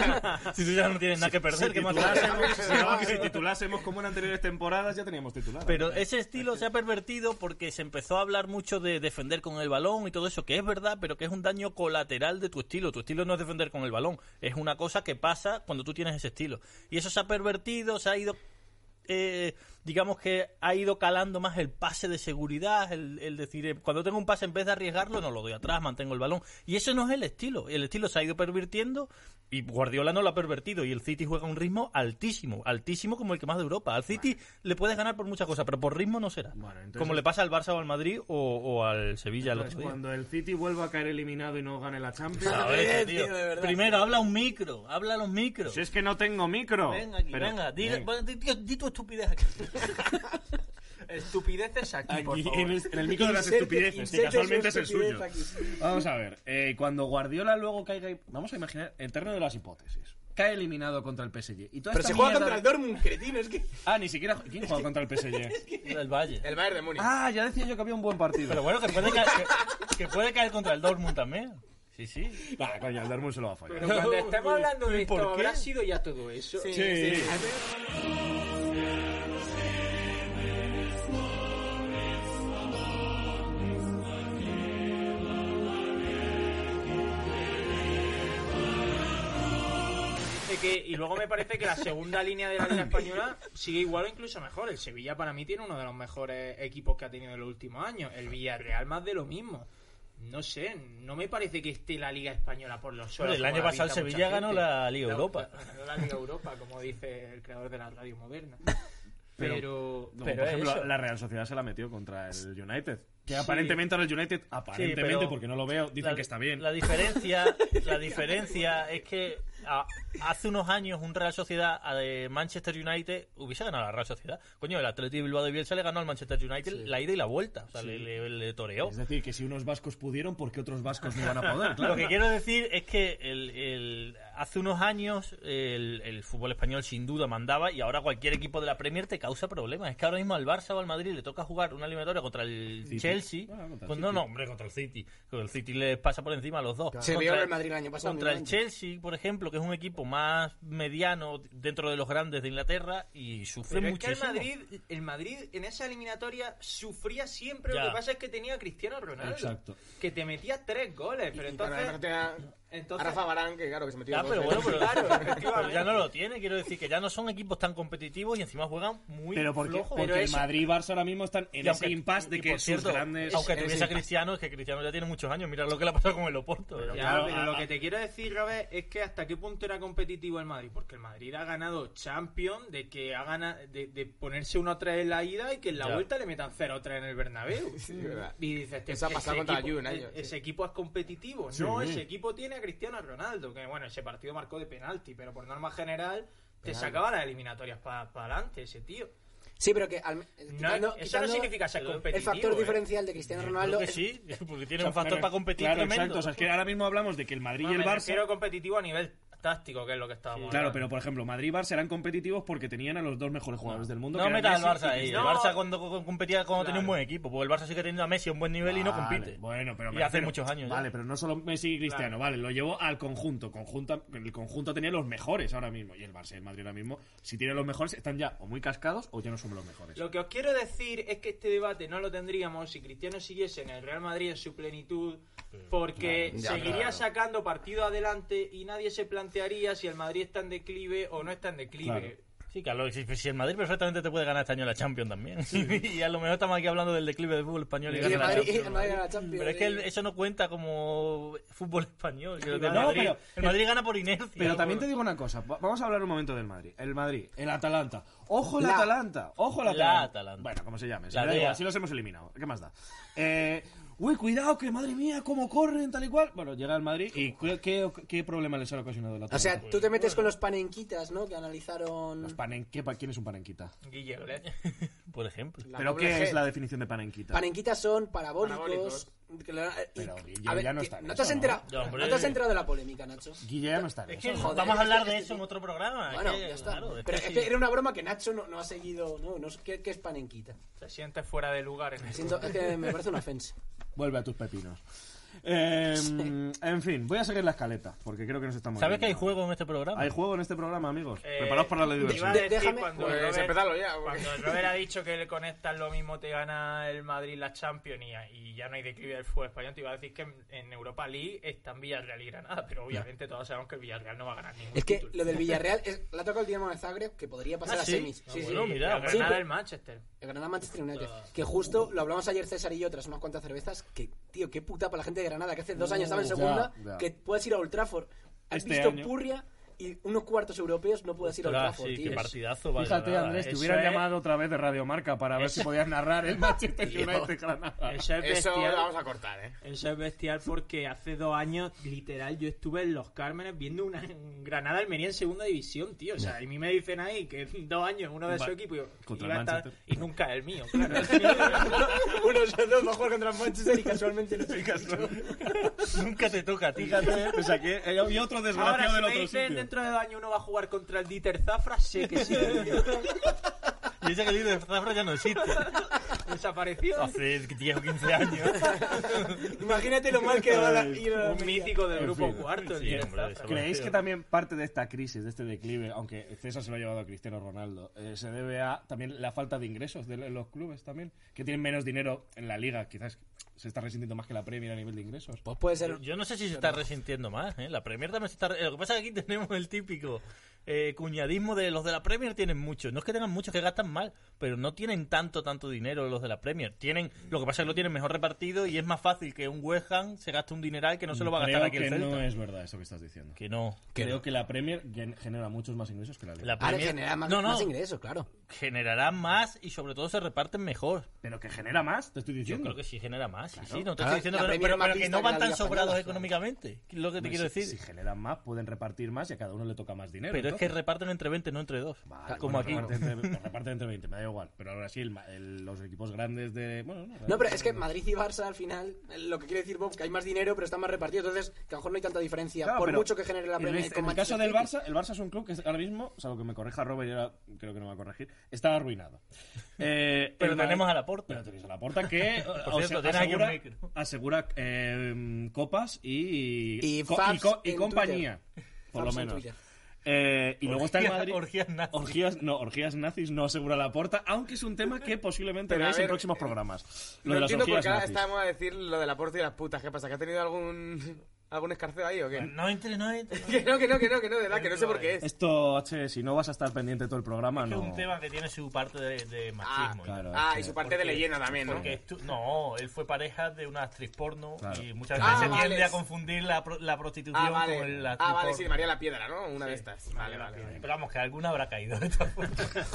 [SPEAKER 5] si tú ya no tienes nada que perder, ¿qué más te da?
[SPEAKER 4] titulásemos, si titulásemos como en anteriores temporadas ya teníamos titulado.
[SPEAKER 5] Pero ese estilo se ha pervertido porque se empezó a hablar mucho de defender con el balón y todo eso, que es verdad, pero que es un daño colateral de tu estilo. Tu estilo no es defender con el balón, es una cosa que pasa cuando tú tienes ese estilo. Y eso se ha pervertido, se ha ido eh, digamos que ha ido calando más el pase de seguridad, el, el decir, eh, cuando tengo un pase en vez de arriesgarlo, no lo doy atrás, mantengo el balón. Y eso no es el estilo. El estilo se ha ido pervirtiendo y Guardiola no lo ha pervertido. Y el City juega a un ritmo altísimo, altísimo como el que más de Europa. Al City le puedes ganar por muchas cosas, pero por ritmo no será.
[SPEAKER 4] Bueno, entonces-
[SPEAKER 5] como le pasa al Barça o al Madrid o, o al Sevilla el
[SPEAKER 4] Entonces,
[SPEAKER 5] otro día.
[SPEAKER 4] Pues cuando el City vuelva a caer eliminado y no gane la Champions.
[SPEAKER 5] A ver, tío. Primero, habla un micro, habla a los micros.
[SPEAKER 4] Si es que no tengo micro.
[SPEAKER 5] Venga, aquí,
[SPEAKER 4] Pero-
[SPEAKER 5] venga, di,
[SPEAKER 4] Venga.
[SPEAKER 5] bueno, di- tío, di tu estupidez aquí.
[SPEAKER 3] Estupideces aquí, por
[SPEAKER 4] Aquí,
[SPEAKER 3] favor.
[SPEAKER 4] en, el, en el micro de las estupideces, que casualmente es el suyo. Vamos a ver, eh, cuando Guardiola luego caiga. Vamos a imaginar el terreno de las hipótesis. Cae eliminado contra el PSG. Y toda
[SPEAKER 6] Pero
[SPEAKER 4] esta
[SPEAKER 6] se juega
[SPEAKER 4] mierda-
[SPEAKER 6] contra el Dortmund, cretino, es que...
[SPEAKER 4] Ah, ni siquiera. ¿Quién juega contra el PSG?
[SPEAKER 5] El Valle.
[SPEAKER 1] El Bayern de Múnich.
[SPEAKER 4] Ah, ya decía yo que había un buen partido.
[SPEAKER 5] Pero bueno, que puede caer, que, que puede caer contra el Dortmund también. Sí, sí.
[SPEAKER 4] Nah, Ah, coño, el Dortmund se lo va a fallar.
[SPEAKER 3] Pero cuando estemos hablando de
[SPEAKER 5] ¿Por
[SPEAKER 3] esto,
[SPEAKER 5] qué?
[SPEAKER 3] ¿habrá sido ya todo eso?
[SPEAKER 1] Sí,
[SPEAKER 4] Sí.
[SPEAKER 1] sí.
[SPEAKER 3] Parece que- y luego me parece que la segunda línea de la Liga Española sigue igual o incluso mejor. El Sevilla para mí tiene uno de los mejores equipos que ha tenido en los últimos años. El Villarreal más de lo mismo. No sé, no me parece que esté la Liga Española por los suelos.
[SPEAKER 5] Hombre, el año
[SPEAKER 3] como la
[SPEAKER 5] pasado el
[SPEAKER 3] pinta mucha
[SPEAKER 5] Sevilla ganó
[SPEAKER 3] gente.
[SPEAKER 5] la Liga Europa.
[SPEAKER 3] Ganó la Liga Europa, como dice el creador de la radio moderna.
[SPEAKER 4] Pero-
[SPEAKER 3] Pero,
[SPEAKER 4] No,
[SPEAKER 5] Pero
[SPEAKER 4] por ejemplo,
[SPEAKER 5] eso.
[SPEAKER 4] la Real Sociedad se la metió contra el United. Que aparentemente ahora el United, aparentemente,
[SPEAKER 5] pero-
[SPEAKER 4] porque no lo veo, dicen
[SPEAKER 5] La-
[SPEAKER 4] que está bien.
[SPEAKER 5] La diferencia, la diferencia es que a- hace unos años un Real Sociedad a de Manchester United hubiese ganado a la Real Sociedad. Coño, el Atlético Bilbao de Bielsa le ganó al Manchester United la ida y la vuelta. O sea, le, le- le toreó.
[SPEAKER 4] Es decir, que si unos vascos pudieron, ¿por qué otros vascos no van a poder? Claro.
[SPEAKER 5] Lo que quiero decir es que el- el- hace unos años el, el fútbol español sin duda mandaba y ahora cualquier equipo de la Premier te causa problemas. Es que ahora mismo al Barça o al Madrid le toca jugar una eliminatoria contra el
[SPEAKER 4] City.
[SPEAKER 5] Chelsea.
[SPEAKER 4] Ah, contra el
[SPEAKER 5] Pues
[SPEAKER 4] City.
[SPEAKER 5] no, no, hombre, contra el City. Con el City les pasa por encima a los dos.
[SPEAKER 6] Se vio
[SPEAKER 5] Contra-
[SPEAKER 6] el Madrid el año pasado.
[SPEAKER 5] Contra el
[SPEAKER 6] mismamente.
[SPEAKER 5] Chelsea, por ejemplo, que es un equipo más mediano dentro de los grandes de Inglaterra y sufre
[SPEAKER 3] Pero es que
[SPEAKER 5] muchísimo.
[SPEAKER 3] el Madrid, el Madrid en esa eliminatoria sufría siempre.
[SPEAKER 5] Ya.
[SPEAKER 3] Lo que pasa es que tenía a Cristiano Ronaldo.
[SPEAKER 4] Exacto.
[SPEAKER 3] Que te metía tres goles. Pero
[SPEAKER 1] Y claro,
[SPEAKER 3] entonces.
[SPEAKER 1] además tiene a-
[SPEAKER 3] entonces-
[SPEAKER 1] a Rafa Barán, que claro, que se metió
[SPEAKER 5] Ya,
[SPEAKER 1] dos
[SPEAKER 5] pero bueno,
[SPEAKER 1] veces.
[SPEAKER 5] pero,
[SPEAKER 3] Claro,
[SPEAKER 5] pero
[SPEAKER 3] efectivamente.
[SPEAKER 5] ya no lo tiene. Quiero decir que ya no son equipos tan competitivos y encima juegan muy
[SPEAKER 4] Pero porque,
[SPEAKER 5] flojo.
[SPEAKER 4] porque el Madrid y Barça ahora mismo están en
[SPEAKER 5] Y
[SPEAKER 4] ese impasse de
[SPEAKER 5] y
[SPEAKER 4] que
[SPEAKER 5] por
[SPEAKER 4] sus
[SPEAKER 5] cierto,
[SPEAKER 4] grandes...
[SPEAKER 5] Aunque
[SPEAKER 1] Ese
[SPEAKER 5] tuviese a
[SPEAKER 1] impasse.
[SPEAKER 5] Cristiano, es que Cristiano ya tiene muchos años. Mira lo que le ha pasado con el Oporto.
[SPEAKER 3] Ya,
[SPEAKER 4] claro,
[SPEAKER 3] pero
[SPEAKER 4] a-
[SPEAKER 3] lo
[SPEAKER 4] a-
[SPEAKER 3] que te quiero decir, Robert, es que hasta qué punto era competitivo el Madrid. Porque el Madrid ha ganado Champions de que ha ganado, de, de ponerse 1-3 en la ida y que en la
[SPEAKER 5] Ya.
[SPEAKER 3] vuelta le metan 0-3 en el Bernabéu.
[SPEAKER 1] Sí, verdad.
[SPEAKER 3] Y dices,
[SPEAKER 1] Eso ha
[SPEAKER 3] ese
[SPEAKER 1] pasado contra la
[SPEAKER 3] equipo-
[SPEAKER 1] Juve un año,
[SPEAKER 3] e-
[SPEAKER 1] sí.
[SPEAKER 3] Ese equipo es competitivo. No, ese equipo tiene a Cristiano Ronaldo. Que bueno, ese partido marcó de penalti, pero por norma general te sacaba las eliminatorias para adelante ese tío.
[SPEAKER 6] Sí, pero que... al-
[SPEAKER 3] No,
[SPEAKER 6] quitando-
[SPEAKER 3] eso no
[SPEAKER 6] quitando
[SPEAKER 3] significa ser
[SPEAKER 6] El
[SPEAKER 3] competitivo.
[SPEAKER 6] factor
[SPEAKER 3] ¿eh?
[SPEAKER 6] diferencial de Cristiano
[SPEAKER 5] Creo
[SPEAKER 6] Ronaldo...
[SPEAKER 5] que
[SPEAKER 6] es-
[SPEAKER 5] sí, porque tiene
[SPEAKER 4] O sea,
[SPEAKER 5] un factor
[SPEAKER 4] me-
[SPEAKER 5] para competir
[SPEAKER 4] Claro,
[SPEAKER 5] tremendo.
[SPEAKER 4] exacto. O sea, es que ahora mismo hablamos de que el Madrid
[SPEAKER 3] No,
[SPEAKER 4] y el
[SPEAKER 3] me
[SPEAKER 4] Barça...
[SPEAKER 3] refiero competitivo a nivel táctico, que es lo que estábamos
[SPEAKER 4] Claro,
[SPEAKER 3] hablando.
[SPEAKER 4] pero por ejemplo, Madrid y Barça eran competitivos porque tenían a los dos mejores jugadores del mundo.
[SPEAKER 5] No
[SPEAKER 4] que eran
[SPEAKER 5] metas al
[SPEAKER 4] Messi y
[SPEAKER 5] Barça ahí.
[SPEAKER 4] Cristiano.
[SPEAKER 5] El
[SPEAKER 3] No.
[SPEAKER 5] Barça cuando co- competía cuando tenía
[SPEAKER 4] Claro.
[SPEAKER 5] un buen equipo. Porque el Barça sigue teniendo a Messi a un buen nivel y no
[SPEAKER 4] Vale,
[SPEAKER 5] compite.
[SPEAKER 4] Bueno, pero me
[SPEAKER 5] y hace
[SPEAKER 4] refiero-
[SPEAKER 5] muchos años. ya.
[SPEAKER 4] Vale, pero no solo Messi y Cristiano, vale, lo llevo al conjunto. conjunta El conjunto tenía los mejores ahora mismo. Y el Barça y el Madrid ahora mismo, si tienen los mejores, están ya o muy cascados o ya no son los mejores.
[SPEAKER 3] Lo que os quiero decir es que este debate no lo tendríamos si Cristiano siguiese en el Real Madrid en su plenitud, porque
[SPEAKER 6] claro, ya,
[SPEAKER 3] seguiría
[SPEAKER 6] claro.
[SPEAKER 3] sacando partido adelante y nadie se plantearía si el Madrid está en declive o no está en declive.
[SPEAKER 4] Claro.
[SPEAKER 5] Sí, Sí, que a lo- si, si el Madrid perfectamente te puede ganar este año la Champions también. y a lo mejor estamos aquí hablando del declive del fútbol español y
[SPEAKER 6] Y
[SPEAKER 5] ganar
[SPEAKER 6] el
[SPEAKER 5] la
[SPEAKER 6] Madrid,
[SPEAKER 5] Champions.
[SPEAKER 6] el Madrid gana la Champions.
[SPEAKER 5] Pero es que el-
[SPEAKER 6] y-
[SPEAKER 5] eso no cuenta como fútbol español. que el de
[SPEAKER 4] No,
[SPEAKER 5] Madrid.
[SPEAKER 4] pero-
[SPEAKER 5] el Madrid gana por inercia.
[SPEAKER 4] Pero también
[SPEAKER 5] por-
[SPEAKER 4] te digo una cosa, va- vamos a hablar un momento del Madrid. El Madrid, el Atalanta. Ojo el
[SPEAKER 6] La-
[SPEAKER 4] Atalanta, ojo el
[SPEAKER 5] La
[SPEAKER 4] Atalanta.
[SPEAKER 5] Atalanta.
[SPEAKER 4] Bueno, como se llame, si
[SPEAKER 5] La
[SPEAKER 4] me da
[SPEAKER 5] DEA.
[SPEAKER 4] igual, si los hemos eliminado, ¿qué más da? Eh, uy, cuidado, que madre mía, cómo corren, tal y cual. Bueno, llega el Madrid y ¿qué, qué, qué problema les ha ocasionado el
[SPEAKER 6] O
[SPEAKER 4] Atalanta?
[SPEAKER 6] sea, tú te metes con los panenquitas, ¿no? Que analizaron...
[SPEAKER 4] Los panen- ¿qué pa- ¿quién es un panenquita?
[SPEAKER 3] Guille Olet.
[SPEAKER 5] Por ejemplo.
[SPEAKER 6] la
[SPEAKER 4] ¿Pero
[SPEAKER 6] doble
[SPEAKER 4] qué
[SPEAKER 6] G.
[SPEAKER 4] es la definición de panenquita?
[SPEAKER 6] Panenquitas son parabólicos...
[SPEAKER 1] Parabólicos.
[SPEAKER 6] que la- y-
[SPEAKER 4] Pero
[SPEAKER 6] a
[SPEAKER 4] Guille
[SPEAKER 6] ver,
[SPEAKER 4] ya no
[SPEAKER 6] que-
[SPEAKER 4] está en
[SPEAKER 6] ¿no te
[SPEAKER 4] eso,
[SPEAKER 6] has
[SPEAKER 4] ¿no?
[SPEAKER 6] enterado?
[SPEAKER 5] Ya, hombre.
[SPEAKER 6] ¿No te has enterado de la polémica, Nacho?
[SPEAKER 4] Guille ya no está en
[SPEAKER 5] Es
[SPEAKER 4] eso.
[SPEAKER 5] que
[SPEAKER 4] ¿no?
[SPEAKER 6] joder,
[SPEAKER 5] vamos a hablar
[SPEAKER 6] este-
[SPEAKER 5] de
[SPEAKER 6] este-
[SPEAKER 5] eso en otro programa. es
[SPEAKER 6] Bueno,
[SPEAKER 5] que,
[SPEAKER 6] ya está.
[SPEAKER 5] claro, es
[SPEAKER 6] Pero
[SPEAKER 5] que
[SPEAKER 6] es que
[SPEAKER 5] sí.
[SPEAKER 6] era una broma que Nacho no, no ha seguido... No, no sé, ¿qué, qué es panenquita?
[SPEAKER 3] Te sientes fuera de lugar en el
[SPEAKER 6] Siento, es que me parece una ofensa.
[SPEAKER 4] Vuelve a tus pepinos. Eh, En fin, voy a seguir la escaleta, porque creo que nos estamos...
[SPEAKER 5] ¿Sabes que hay
[SPEAKER 4] yendo.
[SPEAKER 5] juego en este programa?
[SPEAKER 4] Hay juego en este programa, amigos.
[SPEAKER 3] Eh,
[SPEAKER 4] Preparaos para la
[SPEAKER 3] te
[SPEAKER 4] diversión.
[SPEAKER 3] iba a decir
[SPEAKER 6] Déjame-
[SPEAKER 3] cuando
[SPEAKER 1] Pues
[SPEAKER 3] Robert-
[SPEAKER 1] empezadlo ya, porque-
[SPEAKER 3] Cuando el Robert ha dicho que le conectas lo mismo te gana el Madrid la Champions y, y ya no hay declive del fútbol español, te iba a decir que en, en Europa League están Villarreal y Granada, pero obviamente todos sabemos que el Villarreal no va a ganar ningún
[SPEAKER 6] Es que
[SPEAKER 3] título.
[SPEAKER 6] lo del Villarreal es, la ha tocado el Dinamo de Zagreb, que podría pasar
[SPEAKER 5] Ah,
[SPEAKER 6] a
[SPEAKER 5] sí.
[SPEAKER 6] semis.
[SPEAKER 5] Ah,
[SPEAKER 6] Sí,
[SPEAKER 5] bueno,
[SPEAKER 6] sí.
[SPEAKER 5] mira,
[SPEAKER 3] la
[SPEAKER 5] bueno.
[SPEAKER 6] Sí,
[SPEAKER 3] Granada
[SPEAKER 6] pero-
[SPEAKER 3] del Manchester.
[SPEAKER 6] El Granada Manchester United. Que justo lo hablamos ayer César y yo tras unas cuantas cervezas. Que, tío, qué puta para la gente de Granada que hace dos años estaba en
[SPEAKER 4] ya,
[SPEAKER 6] segunda.
[SPEAKER 4] ya.
[SPEAKER 6] Que puedes ir a Old Trafford. Has
[SPEAKER 4] Este
[SPEAKER 6] visto
[SPEAKER 4] año.
[SPEAKER 6] Purria y unos cuartos europeos no puedes ir a Old
[SPEAKER 5] Ostras,
[SPEAKER 6] Trafford,
[SPEAKER 5] sí,
[SPEAKER 6] tío.
[SPEAKER 5] qué partidazo. vale,
[SPEAKER 4] Fíjate,
[SPEAKER 5] nada,
[SPEAKER 4] Andrés,
[SPEAKER 5] eh.
[SPEAKER 4] te
[SPEAKER 3] eso
[SPEAKER 4] hubieran
[SPEAKER 3] es-
[SPEAKER 4] llamado otra vez de Radio Marca para ver si podías narrar el Manchester United Granada.
[SPEAKER 3] Eso es
[SPEAKER 1] Eso
[SPEAKER 3] bestial.
[SPEAKER 1] lo vamos a cortar, ¿eh?
[SPEAKER 3] Eso es bestial porque hace dos años, literal, yo estuve en Los Cármenes viendo una un Granada Almería en segunda división, tío. O sea, y a mí me dicen ahí que en dos años uno de
[SPEAKER 4] Va-
[SPEAKER 3] su equipo iba
[SPEAKER 4] Contra el
[SPEAKER 3] a estar-
[SPEAKER 4] Manchester.
[SPEAKER 3] y nunca el mío. Claro.
[SPEAKER 6] Uno de los dos va a jugar contra el Manchester y casualmente no es el
[SPEAKER 5] Nunca te toca a ti.
[SPEAKER 4] Fíjate, pues aquí hay otro
[SPEAKER 3] Ahora,
[SPEAKER 4] desgraciado
[SPEAKER 3] si
[SPEAKER 4] del
[SPEAKER 3] me
[SPEAKER 4] otro
[SPEAKER 3] dicen
[SPEAKER 4] sitio.
[SPEAKER 3] dentro de dos años uno va a jugar contra el Dieter Zafra, sé que sí.
[SPEAKER 5] Y ese que dice Zafra ya no existe.
[SPEAKER 3] Desapareció.
[SPEAKER 5] Hace 10 o 15 años.
[SPEAKER 6] Imagínate lo mal que va a
[SPEAKER 4] Ay,
[SPEAKER 6] ir a la
[SPEAKER 3] Un mítico del
[SPEAKER 4] En
[SPEAKER 3] grupo
[SPEAKER 4] fin.
[SPEAKER 3] cuarto, el
[SPEAKER 5] Sí,
[SPEAKER 3] Dieter
[SPEAKER 5] hombre,
[SPEAKER 3] Zafra.
[SPEAKER 4] ¿Creéis que también parte de esta crisis, de este declive, aunque César se lo ha llevado a Cristiano Ronaldo, eh, se debe a también la falta de ingresos de los clubes también? Que tienen menos dinero en la liga, quizás se está resintiendo más que la Premier a nivel de ingresos.
[SPEAKER 6] Pues puede ser.
[SPEAKER 5] Yo no sé si se está resintiendo más, ¿eh? La Premier también se está... Lo que pasa es que aquí tenemos el típico eh, cuñadismo de los de la Premier tienen mucho. No es que tengan muchos que gastan mal, pero no tienen tanto, tanto dinero los de la Premier. Tienen... Lo que pasa es que lo tienen mejor repartido y es más fácil que un West Ham se gaste un dineral que no se lo va a gastar
[SPEAKER 4] Creo
[SPEAKER 5] aquí el
[SPEAKER 4] que
[SPEAKER 5] Celta.
[SPEAKER 4] no es verdad eso que estás diciendo.
[SPEAKER 5] Que no.
[SPEAKER 4] Creo que la Premier gen- genera muchos más ingresos que la liga.
[SPEAKER 5] La
[SPEAKER 6] Ahora
[SPEAKER 5] Premier...
[SPEAKER 6] genera más,
[SPEAKER 5] no, no,
[SPEAKER 6] más ingresos, claro.
[SPEAKER 5] generará más y sobre todo se reparten mejor.
[SPEAKER 4] Pero que genera más, te estoy
[SPEAKER 5] Yo
[SPEAKER 4] diciendo.
[SPEAKER 5] creo que sí genera más, sí, sí, no te
[SPEAKER 6] Claro,
[SPEAKER 5] estoy diciendo
[SPEAKER 6] la
[SPEAKER 5] que no,
[SPEAKER 6] Premier
[SPEAKER 5] pero,
[SPEAKER 6] más
[SPEAKER 5] pero que
[SPEAKER 6] vista
[SPEAKER 5] no
[SPEAKER 6] que la
[SPEAKER 5] van tan
[SPEAKER 6] Liga
[SPEAKER 5] sobrados
[SPEAKER 6] Española,
[SPEAKER 5] económicamente, que es lo que te
[SPEAKER 4] Hombre,
[SPEAKER 5] quiero
[SPEAKER 4] si- Si
[SPEAKER 5] decir.
[SPEAKER 4] generan más, pueden repartir más y a cada uno le toca más dinero.
[SPEAKER 5] pero es que
[SPEAKER 4] entonces.
[SPEAKER 5] reparten entre 20, no entre dos,
[SPEAKER 4] Vale, bueno,
[SPEAKER 5] como aquí.
[SPEAKER 4] Reparten entre, pues reparten entre 20, me da igual. Pero ahora sí, el ma- el- los equipos grandes de. Bueno, no,
[SPEAKER 6] No, pero es que Madrid y Barça al final, eh, lo que quiere decir Bob, que hay más dinero, pero está más repartido, entonces que a lo mejor no hay tanta diferencia,
[SPEAKER 4] Claro,
[SPEAKER 6] por
[SPEAKER 4] pero
[SPEAKER 6] mucho que genere la
[SPEAKER 4] en
[SPEAKER 6] Premier.
[SPEAKER 4] este-
[SPEAKER 6] con
[SPEAKER 4] En el caso
[SPEAKER 6] Manchester
[SPEAKER 4] del
[SPEAKER 6] City.
[SPEAKER 4] Barça, el Barça es un club que ahora mismo, salvo que me corrija Robert, y ahora creo que no me va a corregir, está arruinado. Eh,
[SPEAKER 5] Pero
[SPEAKER 4] el Madrid-
[SPEAKER 5] tenemos a Laporta.
[SPEAKER 4] Pero tenéis a la puerta que
[SPEAKER 5] Por
[SPEAKER 4] o sea,
[SPEAKER 5] cierto, tiene aquí un
[SPEAKER 4] asegura,
[SPEAKER 5] micro.
[SPEAKER 4] asegura, eh, copas y,
[SPEAKER 6] Y
[SPEAKER 4] co-
[SPEAKER 6] faps
[SPEAKER 4] co- y
[SPEAKER 6] en
[SPEAKER 4] compañía, por lo
[SPEAKER 6] Faps en
[SPEAKER 4] menos.
[SPEAKER 6] Twitter.
[SPEAKER 4] Eh, y luego está el
[SPEAKER 5] Orgías-
[SPEAKER 4] Madrid.
[SPEAKER 5] orgías nazis.
[SPEAKER 4] Orgías- no, orgías nazis no asegura la puerta, aunque es un tema que posiblemente
[SPEAKER 1] Pero a
[SPEAKER 4] veáis en
[SPEAKER 1] ver,
[SPEAKER 4] próximos programas. Lo
[SPEAKER 1] No
[SPEAKER 4] de las
[SPEAKER 1] entiendo por
[SPEAKER 4] orgías
[SPEAKER 1] qué ahora
[SPEAKER 4] nazis.
[SPEAKER 1] estábamos a decir lo de la puerta y las putas. ¿Qué pasa? ¿Que ha tenido algún, algún escarceo ahí o qué?
[SPEAKER 5] No entre, no entre.
[SPEAKER 1] Que no, que no, que no, que no, de verdad, que no sé por qué es.
[SPEAKER 4] Esto, che, si no vas a estar pendiente todo el programa,
[SPEAKER 5] Es
[SPEAKER 4] no.
[SPEAKER 5] un tema que tiene su parte de, de
[SPEAKER 1] Ah,
[SPEAKER 5] machismo.
[SPEAKER 4] claro.
[SPEAKER 1] ah, y su parte de
[SPEAKER 5] Porque-
[SPEAKER 1] leyenda también, ¿no?
[SPEAKER 5] Porque estu- no, él fue pareja de una actriz porno
[SPEAKER 4] Claro.
[SPEAKER 5] y muchas veces
[SPEAKER 1] Ah,
[SPEAKER 5] se tiende
[SPEAKER 1] vale.
[SPEAKER 5] a confundir la, pro- la prostitución
[SPEAKER 1] Ah, vale.
[SPEAKER 5] con la actriz
[SPEAKER 1] Ah, vale,
[SPEAKER 5] porno.
[SPEAKER 1] sí, María la Piedra, ¿no? Una de estas.
[SPEAKER 5] Vale,
[SPEAKER 1] Vale, vale, vale.
[SPEAKER 5] Pero vamos, que alguna habrá caído de todas formas.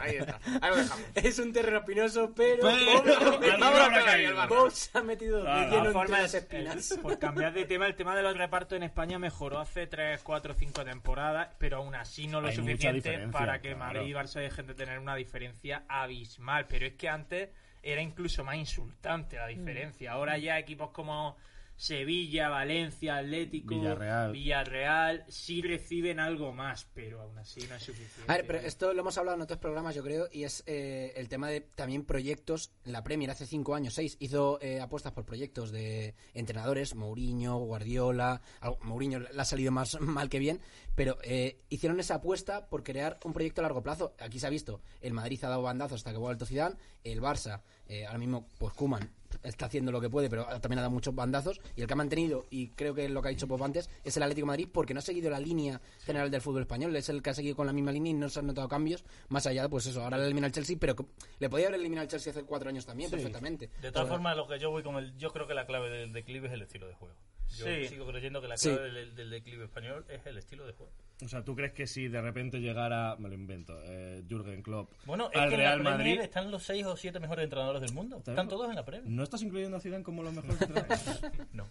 [SPEAKER 1] Ahí está. Ahí lo dejamos.
[SPEAKER 6] Es un terreno pinoso, pero.
[SPEAKER 1] Vamos a
[SPEAKER 4] Habrá
[SPEAKER 1] pegar ahí
[SPEAKER 4] caído.
[SPEAKER 1] el barco.
[SPEAKER 6] Bob se ha metido de
[SPEAKER 4] Ah,
[SPEAKER 3] De todas
[SPEAKER 6] lleno entre
[SPEAKER 3] formas,
[SPEAKER 6] las espinas.
[SPEAKER 3] el- por cambiar de tema, el tema de los repartos en España mejoró hace 3, 4, 5 temporadas, pero aún así no lo
[SPEAKER 4] Hay mucha
[SPEAKER 3] suficiente
[SPEAKER 4] diferencia,
[SPEAKER 3] para que
[SPEAKER 4] claro.
[SPEAKER 3] Madrid y Barça dejen de tener una diferencia abismal. Pero es que antes era incluso más insultante la
[SPEAKER 6] Mm.
[SPEAKER 3] diferencia. Ahora ya equipos como Sevilla, Valencia, Atlético,
[SPEAKER 4] Villarreal.
[SPEAKER 3] Villarreal, sí reciben algo más, pero aún así no es suficiente.
[SPEAKER 6] A ver, pero esto lo hemos hablado en otros programas, yo creo, y es eh, el tema de también proyectos. La Premier hace cinco años, seis, hizo eh, apuestas por proyectos de entrenadores, Mourinho, Guardiola. al- Mourinho le ha salido más mal que bien, pero eh, hicieron esa apuesta por crear un proyecto a largo plazo. Aquí se ha visto, el Madrid ha dado bandazos hasta que ha vuelto Zidane, el Barça, eh, ahora mismo, pues Kuman está haciendo lo que puede, pero también ha dado muchos bandazos. Y el que ha mantenido, y creo que es lo que ha dicho Pop antes, es el Atlético de Madrid porque no ha seguido la línea general del fútbol español. Es el que ha seguido con la misma línea y no se han notado cambios. Más allá, pues eso, ahora le elimina el Chelsea, pero que- le podía haber eliminado el Chelsea hace cuatro años también, perfectamente.
[SPEAKER 5] De
[SPEAKER 6] Pero-
[SPEAKER 5] todas formas, lo que yo voy con el, yo creo que la clave del declive es el estilo de juego. Yo
[SPEAKER 3] Sí.
[SPEAKER 5] sigo creyendo que la
[SPEAKER 6] Sí.
[SPEAKER 5] clave del, del declive español es el estilo de juego.
[SPEAKER 4] O sea, ¿tú crees que si de repente llegara, me lo invento, eh, Jürgen Klopp
[SPEAKER 5] Bueno, es
[SPEAKER 4] al
[SPEAKER 5] que
[SPEAKER 4] Real
[SPEAKER 5] en la Premier
[SPEAKER 4] Madrid?
[SPEAKER 5] están los seis o siete mejores entrenadores del mundo.
[SPEAKER 4] Está
[SPEAKER 5] Están
[SPEAKER 4] bien.
[SPEAKER 5] todos en la Premier.
[SPEAKER 4] ¿No estás incluyendo a Zidane como los mejores entrenadores?
[SPEAKER 5] No.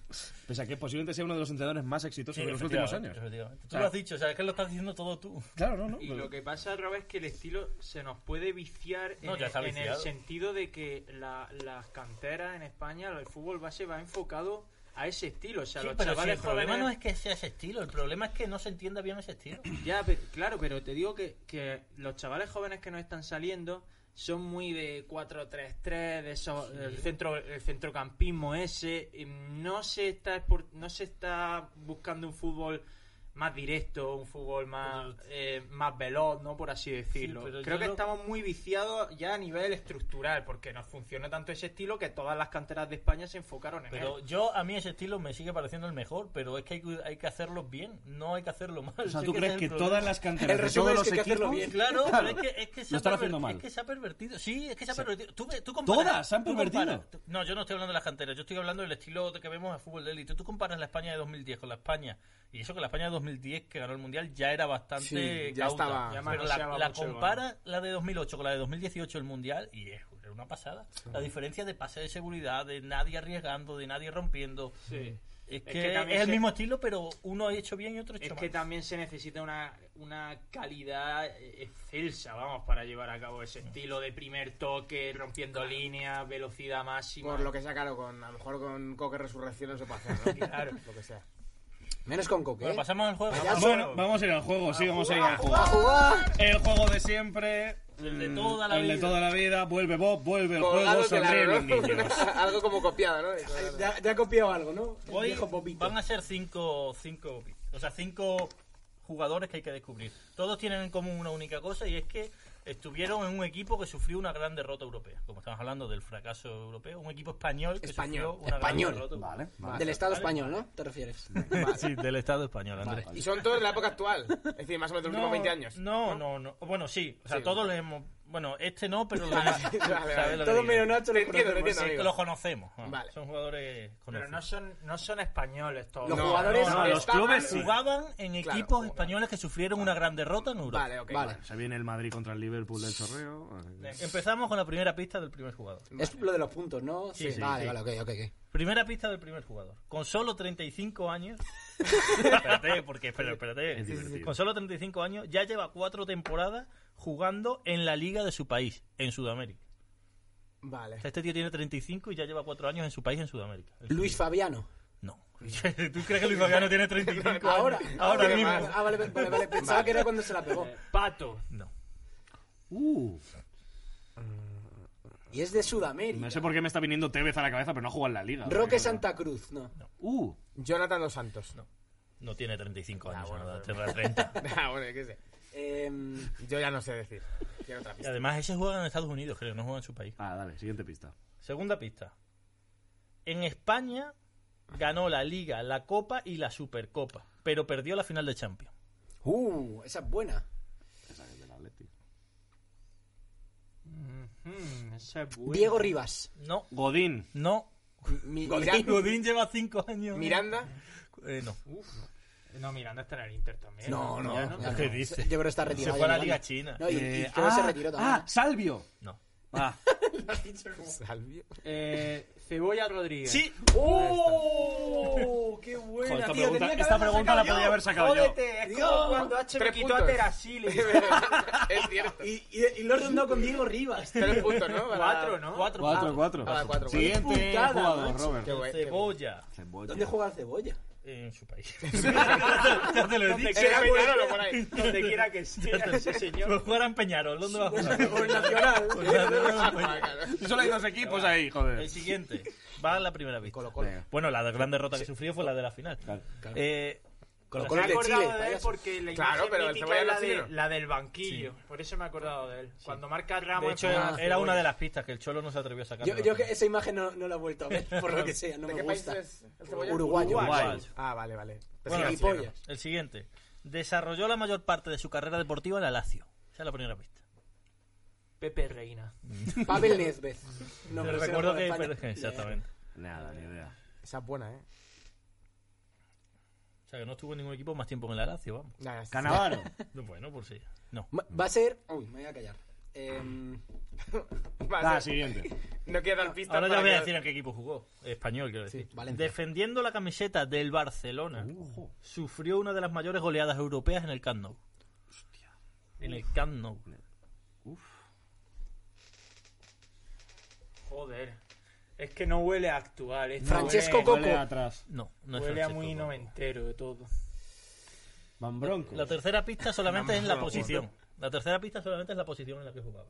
[SPEAKER 4] Pese a que posiblemente sea uno de los entrenadores más exitosos de los últimos años. Ah.
[SPEAKER 5] efectivamente. Tú
[SPEAKER 4] Claro.
[SPEAKER 5] lo has dicho, o sea, es que lo estás diciendo todo tú.
[SPEAKER 4] Claro, no, no.
[SPEAKER 3] Y
[SPEAKER 4] pero-
[SPEAKER 3] lo que pasa, Raúl, es que el estilo se nos puede viciar
[SPEAKER 5] No,
[SPEAKER 3] en,
[SPEAKER 5] ya
[SPEAKER 3] el,
[SPEAKER 5] está
[SPEAKER 3] en el
[SPEAKER 5] viciado.
[SPEAKER 3] sentido de que la- las canteras en España, el fútbol base va enfocado a ese estilo. O sea,
[SPEAKER 5] Sí,
[SPEAKER 3] los
[SPEAKER 5] pero si el
[SPEAKER 3] chavales
[SPEAKER 5] problema
[SPEAKER 3] jóvenes-
[SPEAKER 5] no es que sea ese estilo, el problema es que no se entienda bien ese estilo.
[SPEAKER 3] Ya, pe- claro, pero te digo que, que los chavales jóvenes que nos están saliendo son muy de 4-3-3, de eso, el centro el centrocampismo ese, y no se está espor- no se está buscando un fútbol más directo, un fútbol más eh, más veloz, no por así decirlo.
[SPEAKER 5] Sí, pero
[SPEAKER 3] Creo
[SPEAKER 5] yo
[SPEAKER 3] que
[SPEAKER 5] lo-
[SPEAKER 3] estamos muy viciados ya a nivel estructural, porque nos funciona tanto ese estilo que todas las canteras de España se enfocaron en
[SPEAKER 5] Pero
[SPEAKER 3] él.
[SPEAKER 5] yo, a mí ese estilo me sigue pareciendo el mejor, pero es que hay, que- hay que hacerlo bien, no hay que hacerlo mal.
[SPEAKER 4] O sea,
[SPEAKER 5] Sé
[SPEAKER 4] ¿tú
[SPEAKER 5] que
[SPEAKER 4] crees
[SPEAKER 5] ese
[SPEAKER 4] que
[SPEAKER 5] es el problema.
[SPEAKER 4] todas las canteras
[SPEAKER 6] El
[SPEAKER 4] de
[SPEAKER 6] resumen
[SPEAKER 4] todos
[SPEAKER 6] es
[SPEAKER 4] los
[SPEAKER 6] que hay que hacerlo bien.
[SPEAKER 4] equipos...
[SPEAKER 5] Claro, pero es que, es que se
[SPEAKER 4] Lo
[SPEAKER 5] ha
[SPEAKER 4] están haciendo
[SPEAKER 5] perver-
[SPEAKER 4] mal.
[SPEAKER 5] Es que se ha pervertido. Sí, es que se ha pervertido. Tú, ve- tú
[SPEAKER 4] Todas se han
[SPEAKER 5] tú comparas-
[SPEAKER 4] pervertido.
[SPEAKER 5] tú- no, yo no estoy hablando de las canteras. Yo estoy hablando del estilo que vemos a fútbol de élite. Tú comparas la España de 2010 con la España. Y eso que la España de 2010, que ganó el Mundial, ya era bastante
[SPEAKER 1] Sí, ya
[SPEAKER 5] cauta.
[SPEAKER 1] estaba.
[SPEAKER 3] Ya
[SPEAKER 5] Pero la,
[SPEAKER 3] manoseaba
[SPEAKER 5] la
[SPEAKER 3] mucho el
[SPEAKER 5] compara la de 2008 con la de 2018, el Mundial, y es era una pasada. La diferencia de pase de seguridad, de nadie arriesgando, de nadie rompiendo.
[SPEAKER 3] Sí.
[SPEAKER 5] Es
[SPEAKER 3] que
[SPEAKER 5] que, es,
[SPEAKER 3] también
[SPEAKER 5] el
[SPEAKER 3] se-
[SPEAKER 5] mismo estilo, pero uno hecho bien y otro hecho
[SPEAKER 3] Es
[SPEAKER 5] mal.
[SPEAKER 3] que también se necesita una, una calidad eh, excelsa, vamos, para llevar a cabo ese estilo de primer toque, rompiendo líneas, velocidad máxima.
[SPEAKER 1] Por lo que sea, claro, con, a lo mejor con Coque Resurrección no se puede hacer, ¿no? Claro. Lo que sea.
[SPEAKER 6] Menos con Coque.
[SPEAKER 5] Bueno,
[SPEAKER 6] ¿eh?
[SPEAKER 5] pasamos al juego.
[SPEAKER 6] Vaya
[SPEAKER 4] Bueno, vamos a ir al juego, sí, vamos a ir al juego.
[SPEAKER 6] ¡A jugar!
[SPEAKER 4] El juego de siempre.
[SPEAKER 5] El de
[SPEAKER 4] mm,
[SPEAKER 5] toda la
[SPEAKER 4] el de
[SPEAKER 5] vida.
[SPEAKER 4] toda la vida. Vuelve Bob, vuelve el juego,
[SPEAKER 1] Colgado de la
[SPEAKER 4] sonríe los
[SPEAKER 1] ¿no?
[SPEAKER 4] niños.
[SPEAKER 1] Algo como copiado, ¿no? Colgado.
[SPEAKER 6] Ya, ya ha copiado algo, ¿no? El
[SPEAKER 5] Hoy
[SPEAKER 6] viejo Popito.
[SPEAKER 5] van a ser cinco, cinco, o sea, cinco jugadores que hay que descubrir. Todos tienen en común una única cosa y es que estuvieron en un equipo que sufrió una gran derrota europea. Como estamos hablando del fracaso europeo, un equipo español que sufrió
[SPEAKER 1] Español,
[SPEAKER 5] una
[SPEAKER 6] español.
[SPEAKER 5] gran derrota. europea.
[SPEAKER 4] Vale, vale.
[SPEAKER 6] Del Estado español, ¿no? ¿Te refieres?
[SPEAKER 5] Sí, del Estado español, Andrés.
[SPEAKER 1] Y son todos de la época actual. Es decir, más o menos de los últimos 20 años.
[SPEAKER 5] No, no, no. Bueno, sí. O sea,
[SPEAKER 1] Sí.
[SPEAKER 5] todos los hemos... Bueno, este no, pero los demás.
[SPEAKER 1] Vale, vale.
[SPEAKER 5] ¿sabes lo que
[SPEAKER 6] Todo
[SPEAKER 5] digo?
[SPEAKER 6] menos Nacho lo
[SPEAKER 1] Te entiendo, te
[SPEAKER 6] conocemos.
[SPEAKER 1] entiendo,
[SPEAKER 5] Sí,
[SPEAKER 1] amigo.
[SPEAKER 5] que los conocemos. Ah,
[SPEAKER 1] Vale.
[SPEAKER 5] Son jugadores
[SPEAKER 3] Pero
[SPEAKER 5] conocidos.
[SPEAKER 3] no son, no son españoles todos.
[SPEAKER 6] Los
[SPEAKER 1] No,
[SPEAKER 6] jugadores
[SPEAKER 1] no, no,
[SPEAKER 4] los
[SPEAKER 1] estaban-
[SPEAKER 4] clubes sí.
[SPEAKER 5] Jugaban en
[SPEAKER 1] Claro,
[SPEAKER 5] equipos
[SPEAKER 1] jugaban.
[SPEAKER 5] españoles que sufrieron una gran derrota en Europa.
[SPEAKER 1] Vale, ok.
[SPEAKER 6] Vale.
[SPEAKER 4] Se viene el Madrid contra el Liverpool del Chorreo.
[SPEAKER 5] Empezamos con la primera pista del primer jugador.
[SPEAKER 6] Es lo de los puntos, ¿no?
[SPEAKER 5] Sí, sí,
[SPEAKER 6] vale,
[SPEAKER 5] sí.
[SPEAKER 6] vale, ok, ok. ok.
[SPEAKER 5] Primera pista del primer jugador. Con solo 35 años. espérate, porque espera, espérate.
[SPEAKER 4] Es divertido.
[SPEAKER 5] Con solo 35 años ya lleva cuatro temporadas jugando en la liga de su país, en Sudamérica.
[SPEAKER 1] Vale.
[SPEAKER 5] O sea, este tío tiene 35 y ya lleva cuatro años en su país, en Sudamérica. En su-
[SPEAKER 6] Luis Fabiano.
[SPEAKER 5] No. ¿Tú crees que Luis Fabiano tiene 35
[SPEAKER 6] Ahora,
[SPEAKER 5] años?
[SPEAKER 1] ahora
[SPEAKER 5] Ahora mismo.
[SPEAKER 1] más.
[SPEAKER 6] Ah, vale, vale, vale. Pensaba que era cuando se la pegó.
[SPEAKER 3] Eh, Pato.
[SPEAKER 5] No.
[SPEAKER 4] Uh,
[SPEAKER 6] Y es de Sudamérica.
[SPEAKER 4] no sé por qué me está viniendo Tevez a la cabeza, pero no juega en la liga.
[SPEAKER 6] Roque Santa Cruz, no.
[SPEAKER 4] Uh,
[SPEAKER 1] Jonathan Dos Santos.
[SPEAKER 5] No tiene 35 años,
[SPEAKER 1] Ah, bueno, pues
[SPEAKER 5] ¿verdad? Tendrá 30.
[SPEAKER 1] ah, bueno, qué sé.
[SPEAKER 6] Em,
[SPEAKER 1] Yo ya no sé decir. Quiero otra
[SPEAKER 5] Y
[SPEAKER 1] pista.
[SPEAKER 5] además ese juega en Estados Unidos, creo, no juega en su país.
[SPEAKER 4] ah, dale, siguiente pista.
[SPEAKER 5] Segunda pista. En España ganó la Liga, la Copa y la Supercopa, pero perdió la final de Champions.
[SPEAKER 6] uh, esa es buena.
[SPEAKER 4] Esa que es del Atleti.
[SPEAKER 3] Mm, ese es bueno.
[SPEAKER 6] Diego Rivas.
[SPEAKER 5] No,
[SPEAKER 4] Godín.
[SPEAKER 5] no.
[SPEAKER 6] Mi-
[SPEAKER 1] Godín.
[SPEAKER 5] Godín lleva cinco años.
[SPEAKER 1] Miranda.
[SPEAKER 5] Eh, no.
[SPEAKER 3] Uf. No, Miranda está en el Inter también. ¿eh?
[SPEAKER 6] No, no,
[SPEAKER 5] Ya
[SPEAKER 6] no,
[SPEAKER 5] no.
[SPEAKER 6] ya no.
[SPEAKER 5] ¿Qué dice?
[SPEAKER 6] Yo creo que está retirado.
[SPEAKER 5] Se fue a la
[SPEAKER 6] ya,
[SPEAKER 5] Liga
[SPEAKER 6] ¿no?
[SPEAKER 5] China.
[SPEAKER 6] No, y, y
[SPEAKER 4] Eh,
[SPEAKER 6] creo que se retiró también.
[SPEAKER 4] Ah, Salvio.
[SPEAKER 5] No.
[SPEAKER 4] Ah,
[SPEAKER 1] Salvio.
[SPEAKER 3] Eh, Cebolla Rodríguez.
[SPEAKER 5] Sí.
[SPEAKER 6] ¡Oh! ¡Qué buena!
[SPEAKER 4] Joder, esta
[SPEAKER 6] tío,
[SPEAKER 4] pregunta-
[SPEAKER 6] tenía que
[SPEAKER 4] esta
[SPEAKER 6] haberla
[SPEAKER 4] pregunta la
[SPEAKER 6] sacado
[SPEAKER 4] podía
[SPEAKER 6] yo.
[SPEAKER 4] haber sacado yo.
[SPEAKER 3] Jódete, es como cuando H me
[SPEAKER 1] Tres
[SPEAKER 3] quitó
[SPEAKER 1] puntos.
[SPEAKER 3] a Terasile.
[SPEAKER 1] es cierto.
[SPEAKER 6] Y, y, y lo he rondado con Diego Rivas. tío.
[SPEAKER 1] Tres puntos, ¿no? Para-
[SPEAKER 3] Cuatro, ¿no?
[SPEAKER 5] Cuatro.
[SPEAKER 4] Cuatro, cuatro.
[SPEAKER 1] Ah, cuatro,
[SPEAKER 4] Siguiente
[SPEAKER 6] Putada,
[SPEAKER 4] jugador,
[SPEAKER 6] macho.
[SPEAKER 1] Qué
[SPEAKER 4] Robert.
[SPEAKER 1] guay, qué guay.
[SPEAKER 5] Cebolla
[SPEAKER 4] Cebolla.
[SPEAKER 6] ¿Dónde juega el cebolla?
[SPEAKER 5] en su país. ya te lo he dicho.
[SPEAKER 1] Era Peñarolo, por ahí.
[SPEAKER 3] Donde quiera que
[SPEAKER 5] Ya
[SPEAKER 3] sea
[SPEAKER 5] te-
[SPEAKER 3] ese señor.
[SPEAKER 5] Pues jugará en Peñarol. ¿Dónde va a jugar?
[SPEAKER 6] Con el Pues, Nacional.
[SPEAKER 5] Pues
[SPEAKER 4] Y Solo hay dos equipos ahí, joder.
[SPEAKER 5] El siguiente. Va a la primera pista.
[SPEAKER 4] Venga.
[SPEAKER 5] Bueno, la gran derrota que sufrió fue la de la final.
[SPEAKER 4] Claro.
[SPEAKER 5] Eh,
[SPEAKER 6] Con lo
[SPEAKER 3] me he
[SPEAKER 6] cual de
[SPEAKER 3] acordado
[SPEAKER 6] Chile.
[SPEAKER 3] de él
[SPEAKER 6] payaso.
[SPEAKER 3] porque la
[SPEAKER 1] Claro,
[SPEAKER 3] imagen
[SPEAKER 1] pero el
[SPEAKER 3] mítica
[SPEAKER 1] cebolla
[SPEAKER 3] es la,
[SPEAKER 1] no
[SPEAKER 3] de-
[SPEAKER 1] tiene.
[SPEAKER 3] la del banquillo. Por eso me he acordado de él. Cuando marca Ramos...
[SPEAKER 5] De hecho,
[SPEAKER 3] es
[SPEAKER 5] era,
[SPEAKER 3] como-
[SPEAKER 5] era una de las pistas que el Cholo no se atrevió a sacar.
[SPEAKER 6] Yo,
[SPEAKER 5] de
[SPEAKER 6] yo
[SPEAKER 5] la
[SPEAKER 6] que
[SPEAKER 5] cena.
[SPEAKER 6] esa imagen no, no la he vuelto a ver, por lo que sea, no
[SPEAKER 1] ¿De
[SPEAKER 6] me
[SPEAKER 1] qué país
[SPEAKER 6] gusta.
[SPEAKER 1] es el cebolla?
[SPEAKER 6] Uruguayo.
[SPEAKER 5] Uruguayo.
[SPEAKER 1] Ah, vale, vale. Pensé
[SPEAKER 5] Bueno,
[SPEAKER 1] que era
[SPEAKER 6] gilipollas.
[SPEAKER 1] chileno.
[SPEAKER 5] El siguiente. Desarrolló la mayor parte de su carrera deportiva en la Lazio. Esa es la primera pista.
[SPEAKER 3] Pepe Reina.
[SPEAKER 6] Pavel Nedved. No,
[SPEAKER 5] Te
[SPEAKER 6] pero
[SPEAKER 5] recuerdo
[SPEAKER 6] será
[SPEAKER 5] que...
[SPEAKER 6] por España.
[SPEAKER 5] Exactamente.
[SPEAKER 4] Nada, ni idea.
[SPEAKER 1] Esa es buena, ¿eh?
[SPEAKER 5] O sea, que no estuvo en ningún equipo más tiempo que en la Lazio, vamos.
[SPEAKER 1] Nada, es-
[SPEAKER 4] Canavaro.
[SPEAKER 5] No, Bueno, por sí. No.
[SPEAKER 6] Ma- Va a ser... Uy, me voy a callar. Em,
[SPEAKER 1] Va a
[SPEAKER 4] Ah,
[SPEAKER 1] ser-
[SPEAKER 4] siguiente.
[SPEAKER 1] No quiero dar pistas.
[SPEAKER 5] Ahora ya
[SPEAKER 1] para
[SPEAKER 5] voy a
[SPEAKER 1] que-
[SPEAKER 5] decir en qué equipo jugó. Español, quiero decir.
[SPEAKER 6] Sí, Valencia. Uh.
[SPEAKER 5] Defendiendo la camiseta del
[SPEAKER 4] Ah,
[SPEAKER 5] Barcelona, sufrió una de las mayores goleadas europeas en el Camp Nou. En el Camp Nou.
[SPEAKER 3] Joder. Es que no huele a actual. esto
[SPEAKER 6] Francesco
[SPEAKER 3] huele,
[SPEAKER 6] Coco.
[SPEAKER 4] Huele atrás.
[SPEAKER 5] No, no es
[SPEAKER 3] huele a
[SPEAKER 5] Francesco
[SPEAKER 3] muy
[SPEAKER 5] Coco.
[SPEAKER 3] noventero de todo.
[SPEAKER 4] Van Bronco.
[SPEAKER 5] La tercera pista solamente es la
[SPEAKER 1] Vamos,
[SPEAKER 5] posición. La tercera pista solamente es la posición en la que jugaba.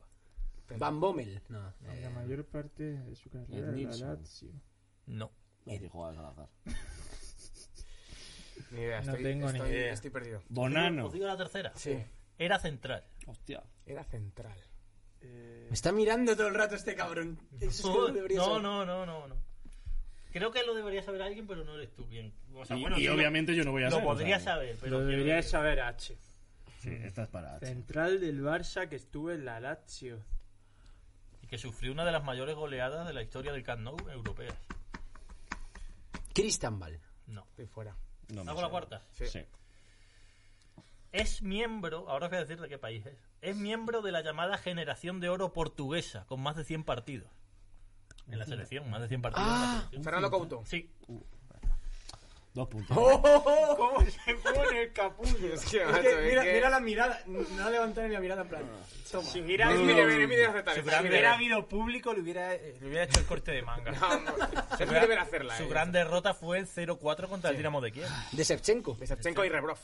[SPEAKER 6] Van Bommel. No. eh,
[SPEAKER 2] La mayor parte de su carrera
[SPEAKER 4] Ed
[SPEAKER 2] en la
[SPEAKER 4] Nixon.
[SPEAKER 2] Lazio.
[SPEAKER 5] No.
[SPEAKER 4] Y jugaba al azar.
[SPEAKER 1] Ni idea,
[SPEAKER 2] No
[SPEAKER 1] estoy,
[SPEAKER 2] tengo ni
[SPEAKER 1] estoy-
[SPEAKER 2] idea.
[SPEAKER 1] Estoy perdido.
[SPEAKER 4] Bonano.
[SPEAKER 5] Os digo la tercera.
[SPEAKER 1] Sí,
[SPEAKER 5] Era central.
[SPEAKER 4] Hostia.
[SPEAKER 1] era central.
[SPEAKER 6] Me está mirando todo el rato este cabrón. Eso es que no debería
[SPEAKER 5] No,
[SPEAKER 6] ser.
[SPEAKER 5] no, no, no, no. Creo que lo debería saber alguien, pero no eres tú bien. O sea,
[SPEAKER 4] y
[SPEAKER 5] bueno,
[SPEAKER 4] y
[SPEAKER 5] sí, lo-
[SPEAKER 4] obviamente yo no voy a
[SPEAKER 5] lo,
[SPEAKER 4] ser, o
[SPEAKER 5] podría
[SPEAKER 4] sea,
[SPEAKER 5] saber, pero
[SPEAKER 3] Lo
[SPEAKER 5] quiero
[SPEAKER 3] debería
[SPEAKER 5] decir-
[SPEAKER 3] saber H.
[SPEAKER 4] Sí, esta es para H.
[SPEAKER 3] Central del Barça que estuvo en la Lazio.
[SPEAKER 5] y que sufrió una de las mayores goleadas de la historia del Camp Nou europea.
[SPEAKER 6] Cristian Ball.
[SPEAKER 5] No.
[SPEAKER 1] Estoy fuera.
[SPEAKER 4] No me
[SPEAKER 5] Hago la
[SPEAKER 4] sé.
[SPEAKER 5] cuarta.
[SPEAKER 1] Sí.
[SPEAKER 4] Sí.
[SPEAKER 5] Es miembro, ahora os voy a decir de qué país es. Es miembro de la llamada generación de oro portuguesa, con más de 100 partidos. En la selección, más de 100 partidos. en la
[SPEAKER 6] Ah,
[SPEAKER 5] selección.
[SPEAKER 1] Fernando Couto.
[SPEAKER 5] Sí,
[SPEAKER 4] Dos puntos.
[SPEAKER 5] ¡Oh!
[SPEAKER 3] ¿Cómo se pone el capullo?
[SPEAKER 1] Es que,
[SPEAKER 6] Es
[SPEAKER 1] macho,
[SPEAKER 6] que
[SPEAKER 1] es
[SPEAKER 6] mira,
[SPEAKER 1] que-
[SPEAKER 6] mira la mirada. No ha levantado ni la mirada en plan. Toma.
[SPEAKER 3] Si hubiera,
[SPEAKER 1] Es mi
[SPEAKER 3] habido-
[SPEAKER 1] deber, es mi deber aceptar
[SPEAKER 5] Si
[SPEAKER 1] esto,
[SPEAKER 5] fuera
[SPEAKER 1] es mi
[SPEAKER 5] Vera
[SPEAKER 1] deber.
[SPEAKER 3] habido público, le hubiera, eh, le hubiera hecho el corte de manga.
[SPEAKER 1] No, no, es mi deber hacerla.
[SPEAKER 5] su
[SPEAKER 1] eh.
[SPEAKER 5] gran derrota fue el 0-4 contra el Dinamo de Kiev.
[SPEAKER 4] Ah.
[SPEAKER 6] De Shevchenko.
[SPEAKER 1] De Shevchenko y Rebrov.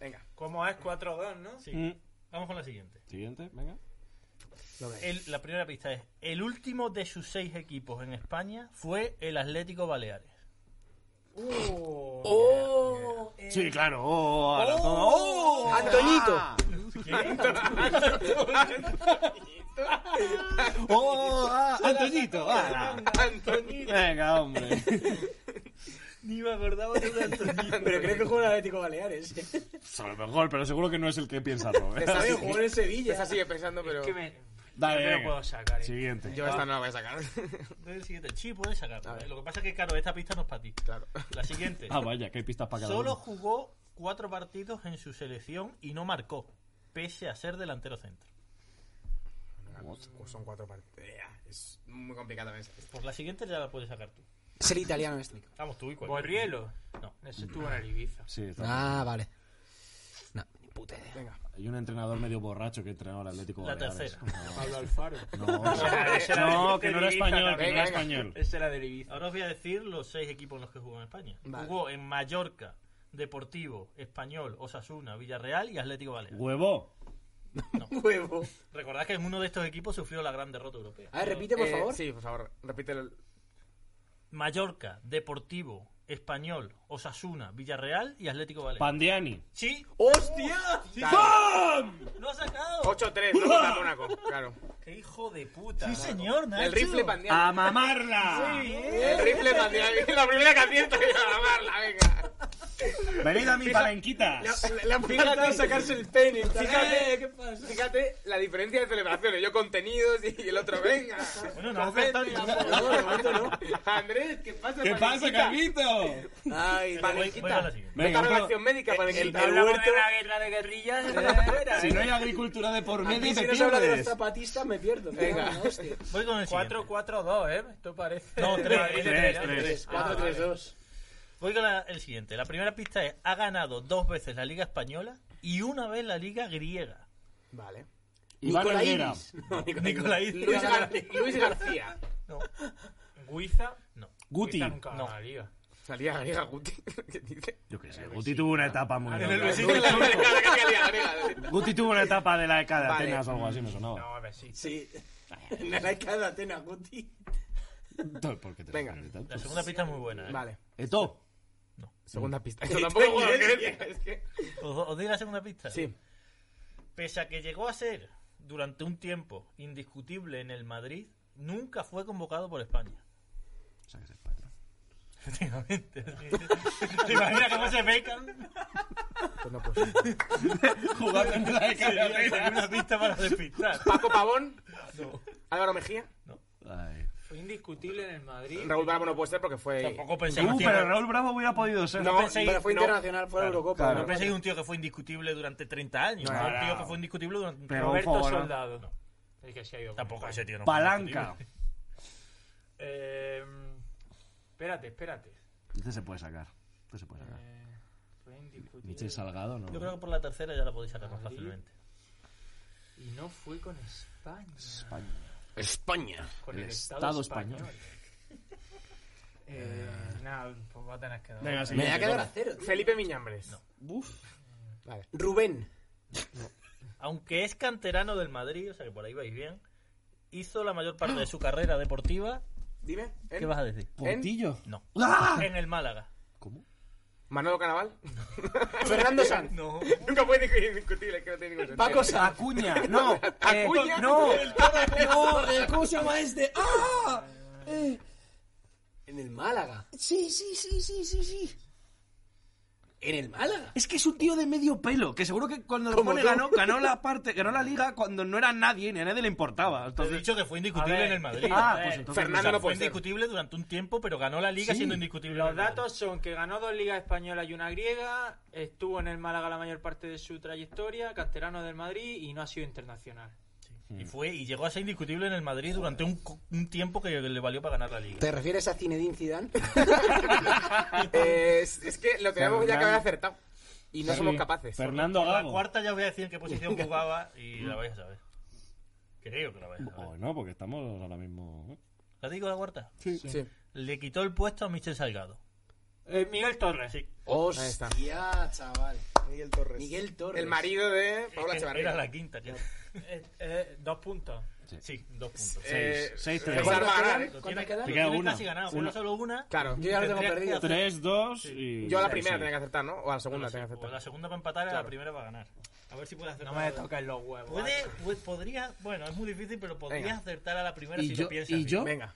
[SPEAKER 1] Venga.
[SPEAKER 3] ¿Cómo es 4-2, no?
[SPEAKER 5] Sí.
[SPEAKER 4] Mm.
[SPEAKER 5] Vamos con la siguiente.
[SPEAKER 4] Siguiente, venga.
[SPEAKER 5] El- la primera pista es, el último de sus seis equipos en España fue el Atlético Baleares.
[SPEAKER 6] ¡Oh!
[SPEAKER 5] Eh,
[SPEAKER 4] Sí, claro. Oh, ahora todo. Oh.
[SPEAKER 6] Ah. ¡Antoñito!
[SPEAKER 4] Oh, ah, Antoñito. ahora.
[SPEAKER 1] Antonio.
[SPEAKER 4] Venga, hombre.
[SPEAKER 5] Ni me acordaba de
[SPEAKER 6] Pero creo que juega en Atlético Baleares.
[SPEAKER 4] Pues a lo mejor, pero seguro que no es el que piensas, Robert.
[SPEAKER 1] Está
[SPEAKER 6] Sabía
[SPEAKER 1] bien,
[SPEAKER 6] jugó en el Sevilla.
[SPEAKER 1] Esa sigue pensando, pero
[SPEAKER 3] Es que me,
[SPEAKER 4] Dale,
[SPEAKER 3] no me lo
[SPEAKER 4] venga.
[SPEAKER 3] puedo sacar. eh.
[SPEAKER 4] Siguiente.
[SPEAKER 1] yo esta no la voy a sacar.
[SPEAKER 5] El siguiente. Sí, puedes sacarlo.
[SPEAKER 1] A ver.
[SPEAKER 5] ¿eh? Lo que pasa es que, claro, esta pista no es para ti.
[SPEAKER 1] claro.
[SPEAKER 5] La siguiente.
[SPEAKER 4] Ah, vaya, que hay pistas para cada
[SPEAKER 5] Solo
[SPEAKER 4] uno.
[SPEAKER 5] jugó cuatro partidos en su selección y no marcó, pese a ser delantero centro.
[SPEAKER 1] Pues Son cuatro partes. Es muy complicado pensar.
[SPEAKER 5] Por la siguiente ya la puedes sacar tú.
[SPEAKER 6] Ser italiano este.
[SPEAKER 5] Vamos, tú y cuál.
[SPEAKER 3] Borrielo.
[SPEAKER 5] No.
[SPEAKER 3] Eso estuvo en el Ibiza.
[SPEAKER 4] Sí, está.
[SPEAKER 6] Ah, vale. No, ni puta idea.
[SPEAKER 1] Venga.
[SPEAKER 4] Hay un entrenador medio borracho que entrenó al Atlético
[SPEAKER 5] La
[SPEAKER 4] Baleares.
[SPEAKER 3] Pablo Alfaro.
[SPEAKER 4] No, no, no, que no era español, que no
[SPEAKER 1] Venga,
[SPEAKER 4] era
[SPEAKER 1] venga.
[SPEAKER 4] español.
[SPEAKER 3] Ese era del Ibiza.
[SPEAKER 5] Ahora os voy a decir los seis equipos en los que jugó en España.
[SPEAKER 1] Vale.
[SPEAKER 5] Jugó en Mallorca, Deportivo, Español, Osasuna, Villarreal y Atlético
[SPEAKER 3] Uh.
[SPEAKER 5] Baleares.
[SPEAKER 4] Huevo.
[SPEAKER 6] Huevo.
[SPEAKER 5] Recordad que en uno de estos equipos sufrió la gran derrota europea.
[SPEAKER 6] A ver, repite, por
[SPEAKER 1] Eh,
[SPEAKER 6] favor.
[SPEAKER 1] Sí, por favor. Repítelo.
[SPEAKER 5] Mallorca, Deportivo, Español, Osasuna, Villarreal y Atlético Baleares.
[SPEAKER 4] Pandiani.
[SPEAKER 5] sí,
[SPEAKER 6] ¡Hostia!
[SPEAKER 1] Dale.
[SPEAKER 5] lo ha sacado.
[SPEAKER 1] 8-3, no contra Mónaco. Claro.
[SPEAKER 3] ¡Qué hijo de puta!
[SPEAKER 5] Sí, señor, Nacho.
[SPEAKER 1] El rifle pandeado.
[SPEAKER 4] ¡A mamarla!
[SPEAKER 1] El rifle pandeado. La primera que acierta voy a grabarla, venga.
[SPEAKER 4] Venid a mi palanquita.
[SPEAKER 1] Le han
[SPEAKER 6] Fíjate sacarse el pene.
[SPEAKER 1] Fíjate.
[SPEAKER 6] Eh, ¿Qué pasa?
[SPEAKER 1] Fíjate la diferencia de celebraciones. Yo contenidos y el otro, venga.
[SPEAKER 5] Bueno, no ha acertado ni la
[SPEAKER 1] No, de momento no. Andrés, ¿qué pasa?
[SPEAKER 4] ¿Qué pasa,
[SPEAKER 1] Palenquita?
[SPEAKER 4] Carlito?
[SPEAKER 6] Ay,
[SPEAKER 5] Voy, voy a la
[SPEAKER 1] Palenquita.
[SPEAKER 5] siguiente.
[SPEAKER 1] Venga,
[SPEAKER 4] Venga,
[SPEAKER 1] relación médica,
[SPEAKER 6] el
[SPEAKER 1] Palenquita.
[SPEAKER 6] del
[SPEAKER 3] Hablamos
[SPEAKER 6] huerto.
[SPEAKER 3] de la guerra de ¿eh? guerrillas. era,
[SPEAKER 4] Si
[SPEAKER 3] era.
[SPEAKER 4] no hay agricultura de por medio,
[SPEAKER 6] Aquí
[SPEAKER 4] te
[SPEAKER 6] si no se habla de los
[SPEAKER 4] pierdes.
[SPEAKER 6] zapatistas, me pierdo.
[SPEAKER 1] Venga.
[SPEAKER 6] No, hostia.
[SPEAKER 5] Voy con el siguiente.
[SPEAKER 3] 4-4-2, ¿eh? Esto parece...
[SPEAKER 5] No, tres,
[SPEAKER 3] Madrid de
[SPEAKER 4] tres,
[SPEAKER 3] Terán.
[SPEAKER 4] tres.
[SPEAKER 6] 4-3-2.
[SPEAKER 5] Voy con la- el siguiente. La primera pista es, ha ganado dos veces la Liga Española y una vez la Liga Griega.
[SPEAKER 1] Vale.
[SPEAKER 4] Iván
[SPEAKER 6] Nicolai
[SPEAKER 4] Olguera.
[SPEAKER 6] Ibis. No,
[SPEAKER 5] Nicolai.
[SPEAKER 1] Luis, Gar- Luis García.
[SPEAKER 5] No,
[SPEAKER 3] Guiza.
[SPEAKER 5] no.
[SPEAKER 4] Guti.
[SPEAKER 3] Guiza nunca ganó
[SPEAKER 5] No.
[SPEAKER 3] la liga.
[SPEAKER 1] Salía griega Guti. ¿Qué dice?
[SPEAKER 4] Yo qué sé, Guti tuvo una etapa muy
[SPEAKER 3] En el
[SPEAKER 4] loca.
[SPEAKER 3] Luisito.
[SPEAKER 1] La- la- la- la- la- la liga griega.
[SPEAKER 4] Guti tuvo una etapa de la ECA de
[SPEAKER 1] Vale.
[SPEAKER 4] Atenas o algo así, me sonaba.
[SPEAKER 3] No, a ver, sí.
[SPEAKER 6] Sí. En la escala de Atena, Guti.
[SPEAKER 4] Entonces, ¿Por qué te
[SPEAKER 1] Venga.
[SPEAKER 4] sorprende tanto?
[SPEAKER 5] La segunda pista es muy buena. ¿eh?
[SPEAKER 1] Vale.
[SPEAKER 4] Eto.
[SPEAKER 5] No.
[SPEAKER 1] Segunda pista. Eso tampoco puedo creer. Es que...
[SPEAKER 5] ¿Os, os doy la segunda pista?
[SPEAKER 1] Sí.
[SPEAKER 5] Pese a que llegó a ser durante un tiempo indiscutible en el Madrid, nunca fue convocado por España.
[SPEAKER 2] O sea, que es el patrón.
[SPEAKER 5] Efectivamente. ¿Te imaginas cómo se becan?
[SPEAKER 1] Pues no, pues.
[SPEAKER 5] Jugando en la una pista para despistar.
[SPEAKER 1] Paco Pavón,
[SPEAKER 5] No.
[SPEAKER 1] Álvaro Mejía.
[SPEAKER 2] Ay.
[SPEAKER 3] Fue indiscutible en el Madrid.
[SPEAKER 1] Raúl Bravo no puede ser porque fue.
[SPEAKER 5] Tampoco penséis
[SPEAKER 4] Uh,
[SPEAKER 5] un tío,
[SPEAKER 4] pero Raúl Bravo hubiera podido ser.
[SPEAKER 5] No. penséis-
[SPEAKER 6] pero fue
[SPEAKER 5] no.
[SPEAKER 6] internacional, fue a la
[SPEAKER 5] Claro.
[SPEAKER 6] Eurocopa.
[SPEAKER 5] no penséis un tío que fue indiscutible durante 30 años.
[SPEAKER 1] No,
[SPEAKER 5] ¿no? un
[SPEAKER 4] no.
[SPEAKER 5] tío que fue indiscutible durante
[SPEAKER 4] Pero,
[SPEAKER 3] Roberto
[SPEAKER 4] por favor, no.
[SPEAKER 3] Soldado. El que se ha ido.
[SPEAKER 5] Tampoco ese tío no fue
[SPEAKER 4] Palanca.
[SPEAKER 3] Eh, espérate, espérate.
[SPEAKER 2] Este se puede sacar. Este se
[SPEAKER 4] Ah.
[SPEAKER 2] puede sacar.
[SPEAKER 3] Eh, fue
[SPEAKER 2] Michel
[SPEAKER 3] indiscutible.
[SPEAKER 2] Salgado, ¿no?
[SPEAKER 5] indiscutible. Yo creo que por la tercera ya la podéis sacar más
[SPEAKER 3] Madrid.
[SPEAKER 5] fácilmente.
[SPEAKER 3] Y no fue con España.
[SPEAKER 2] España.
[SPEAKER 6] España.
[SPEAKER 3] Con
[SPEAKER 2] el Estado español.
[SPEAKER 3] Eh, nada, pues va a tener que dar.
[SPEAKER 4] Venga,
[SPEAKER 6] Me voy a
[SPEAKER 4] siguiente.
[SPEAKER 6] quedar a cero. tío.
[SPEAKER 1] Felipe Miñambres.
[SPEAKER 2] Buf.
[SPEAKER 1] Vale.
[SPEAKER 6] Rubén.
[SPEAKER 5] Aunque es canterano del Madrid, o sea que por ahí vais bien, hizo la mayor parte de su carrera deportiva.
[SPEAKER 1] Dime. ¿eh? ¿en?
[SPEAKER 5] ¿Qué vas a decir?
[SPEAKER 2] Portillo.
[SPEAKER 5] No.
[SPEAKER 2] ¡Ah!
[SPEAKER 5] En el Málaga.
[SPEAKER 2] ¿Cómo?
[SPEAKER 1] Manolo Canaval.
[SPEAKER 6] Fernando Sanz.
[SPEAKER 5] No.
[SPEAKER 1] Nunca fue indiscutible, que no tiene ningún sentido.
[SPEAKER 2] Paco Sa- Acuña. No. eh,
[SPEAKER 1] Acuña.
[SPEAKER 2] no. No. eh, ¿Cómo se llama este? ¡Ah! Eh,
[SPEAKER 6] En el Málaga.
[SPEAKER 2] sí, sí, sí, sí, sí, sí.
[SPEAKER 6] En el Málaga.
[SPEAKER 2] Es que es un tío de medio pelo, que seguro que cuando lo
[SPEAKER 6] Como
[SPEAKER 2] pone
[SPEAKER 6] tú.
[SPEAKER 2] ganó, ganó la parte, ganó la liga cuando no era nadie, ni a nadie le importaba.
[SPEAKER 5] Te he
[SPEAKER 2] Entonces,
[SPEAKER 5] dicho que fue indiscutible
[SPEAKER 3] A ver.
[SPEAKER 5] en el Madrid.
[SPEAKER 2] Ah,
[SPEAKER 5] A ver.
[SPEAKER 2] pues entonces-
[SPEAKER 5] O sea,
[SPEAKER 1] Eh, Fernando no
[SPEAKER 5] fue
[SPEAKER 1] puede ser.
[SPEAKER 5] indiscutible durante un tiempo, pero ganó la liga
[SPEAKER 2] Sí.
[SPEAKER 5] siendo indiscutible. en
[SPEAKER 3] Los
[SPEAKER 5] el Madrid.
[SPEAKER 3] datos son que ganó dos ligas españolas y una griega, estuvo en el Málaga la mayor parte de su trayectoria, canterano del Madrid y no ha sido internacional.
[SPEAKER 5] Y fue y llegó a ser indiscutible en el Madrid durante un, co- un tiempo que le valió para ganar la liga.
[SPEAKER 6] ¿Te refieres a Zinedine Zidane?
[SPEAKER 1] Eh, es, es que lo teníamos ya que haber acertado. Y no
[SPEAKER 2] Sí.
[SPEAKER 1] somos capaces.
[SPEAKER 2] Fernando
[SPEAKER 5] La
[SPEAKER 2] Gago.
[SPEAKER 5] cuarta ya os voy a decir en qué posición jugaba y la vais a saber. Creo que la vais a saber.
[SPEAKER 2] Oh, no, porque estamos ahora mismo. ¿eh?
[SPEAKER 5] ¿La digo la cuarta?
[SPEAKER 1] Sí.
[SPEAKER 5] Le quitó el puesto a Michel Salgado.
[SPEAKER 3] Eh, Miguel Torres.
[SPEAKER 5] Sí.
[SPEAKER 1] está.
[SPEAKER 6] Hostia, chaval.
[SPEAKER 1] Miguel Torres.
[SPEAKER 6] Miguel Torres.
[SPEAKER 1] El marido de Paula
[SPEAKER 5] Era
[SPEAKER 1] Echevarría.
[SPEAKER 5] la quinta. tío.
[SPEAKER 3] Eh, eh, dos puntos.
[SPEAKER 5] Sí, dos puntos.
[SPEAKER 1] Eh,
[SPEAKER 2] Seis. Seis, tres.
[SPEAKER 1] César
[SPEAKER 6] ¿Cuántas
[SPEAKER 1] Magalar,
[SPEAKER 6] quedan?
[SPEAKER 1] ¿eh?
[SPEAKER 5] Lo
[SPEAKER 6] ¿Cuántas
[SPEAKER 5] tiene,
[SPEAKER 6] quedan?
[SPEAKER 5] lo
[SPEAKER 2] Te queda
[SPEAKER 5] tiene
[SPEAKER 2] una.
[SPEAKER 5] casi ganado.
[SPEAKER 2] Una.
[SPEAKER 5] Solo, solo una.
[SPEAKER 1] Claro.
[SPEAKER 6] Yo ya lo tengo
[SPEAKER 5] Tendrías que
[SPEAKER 6] perdido.
[SPEAKER 5] hacer-
[SPEAKER 2] 3, 2 y.
[SPEAKER 1] Yo a la
[SPEAKER 2] Sí.
[SPEAKER 1] primera tenía que acertar, ¿no? O a la segunda tenía que
[SPEAKER 5] O pues la
[SPEAKER 1] acertar.
[SPEAKER 5] segunda para empatar y a la
[SPEAKER 1] Claro.
[SPEAKER 5] primera para ganar. A ver si puede hacer.
[SPEAKER 3] No me toques los huevos.
[SPEAKER 5] Puede, puede- podría, bueno, es muy difícil, pero podrías
[SPEAKER 1] Venga.
[SPEAKER 5] acertar a la primera
[SPEAKER 2] ¿Y
[SPEAKER 5] si
[SPEAKER 2] yo-
[SPEAKER 5] lo piensas.
[SPEAKER 2] y
[SPEAKER 5] bien.
[SPEAKER 2] yo?
[SPEAKER 1] Venga.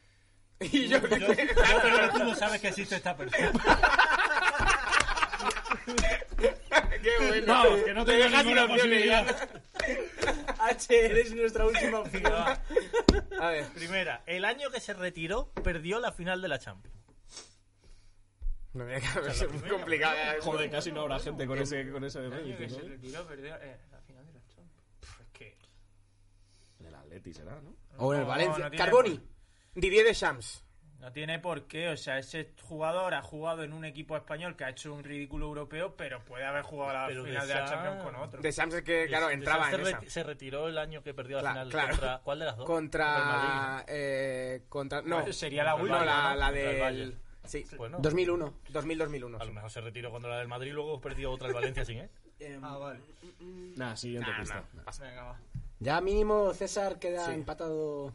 [SPEAKER 1] Y yo.
[SPEAKER 5] Yo- yo- pero tú no sabes que existe esta persona.
[SPEAKER 1] Qué bueno.
[SPEAKER 2] Vamos, que no
[SPEAKER 1] Te
[SPEAKER 2] tenía
[SPEAKER 1] dejas sin
[SPEAKER 2] ninguna
[SPEAKER 1] opciones ya.
[SPEAKER 6] H, eres nuestra última opción.
[SPEAKER 5] Va.
[SPEAKER 1] A ver.
[SPEAKER 5] Primera, el año que se retiró, perdió la final de la Champions.
[SPEAKER 1] No me voy a quedar- es muy complicado. ya.
[SPEAKER 2] Joder, casi no habrá gente con ese, con ese
[SPEAKER 3] El año que se
[SPEAKER 2] rédito, ¿no?
[SPEAKER 3] retiró perdió eh, la final de la Champions. Pff, Es que...
[SPEAKER 2] Del Atleti será, ¿no?
[SPEAKER 6] O en el
[SPEAKER 3] no,
[SPEAKER 6] Valencia.
[SPEAKER 3] no tiene
[SPEAKER 6] Carboni.
[SPEAKER 1] Didier Deschamps.
[SPEAKER 3] No tiene por qué, o sea, ese jugador ha jugado en un equipo español que ha hecho un ridículo europeo, pero puede haber jugado la
[SPEAKER 5] Pero
[SPEAKER 3] final
[SPEAKER 5] de
[SPEAKER 3] de la
[SPEAKER 5] esa-
[SPEAKER 3] Champions con otro.
[SPEAKER 1] Deschamps es que, Eh, claro,
[SPEAKER 5] De-
[SPEAKER 1] entraba
[SPEAKER 5] se,
[SPEAKER 1] en
[SPEAKER 5] re-
[SPEAKER 1] esa.
[SPEAKER 5] se retiró el año que perdió la
[SPEAKER 1] Cla-
[SPEAKER 5] final.
[SPEAKER 1] claro.
[SPEAKER 5] Contra, ¿Cuál de las dos?
[SPEAKER 1] Contra. Eh, contra. No.
[SPEAKER 3] Bueno, sería la
[SPEAKER 1] No,
[SPEAKER 3] última,
[SPEAKER 1] la,
[SPEAKER 3] ¿no?
[SPEAKER 1] la
[SPEAKER 5] Contra el
[SPEAKER 1] del.
[SPEAKER 5] Bayern.
[SPEAKER 1] Sí.
[SPEAKER 5] el Madrid. Bueno,
[SPEAKER 6] 2001.
[SPEAKER 1] 2000-2001.
[SPEAKER 5] a
[SPEAKER 1] sí.
[SPEAKER 5] lo mejor se retiró contra la del Madrid y luego perdió otra el Valencia sin él.
[SPEAKER 3] Ah, vale.
[SPEAKER 2] Nah, siguiente
[SPEAKER 1] Nah,
[SPEAKER 2] pista.
[SPEAKER 1] nah.
[SPEAKER 3] Venga, va.
[SPEAKER 6] Ya mínimo César queda
[SPEAKER 1] Sí.
[SPEAKER 6] empatado.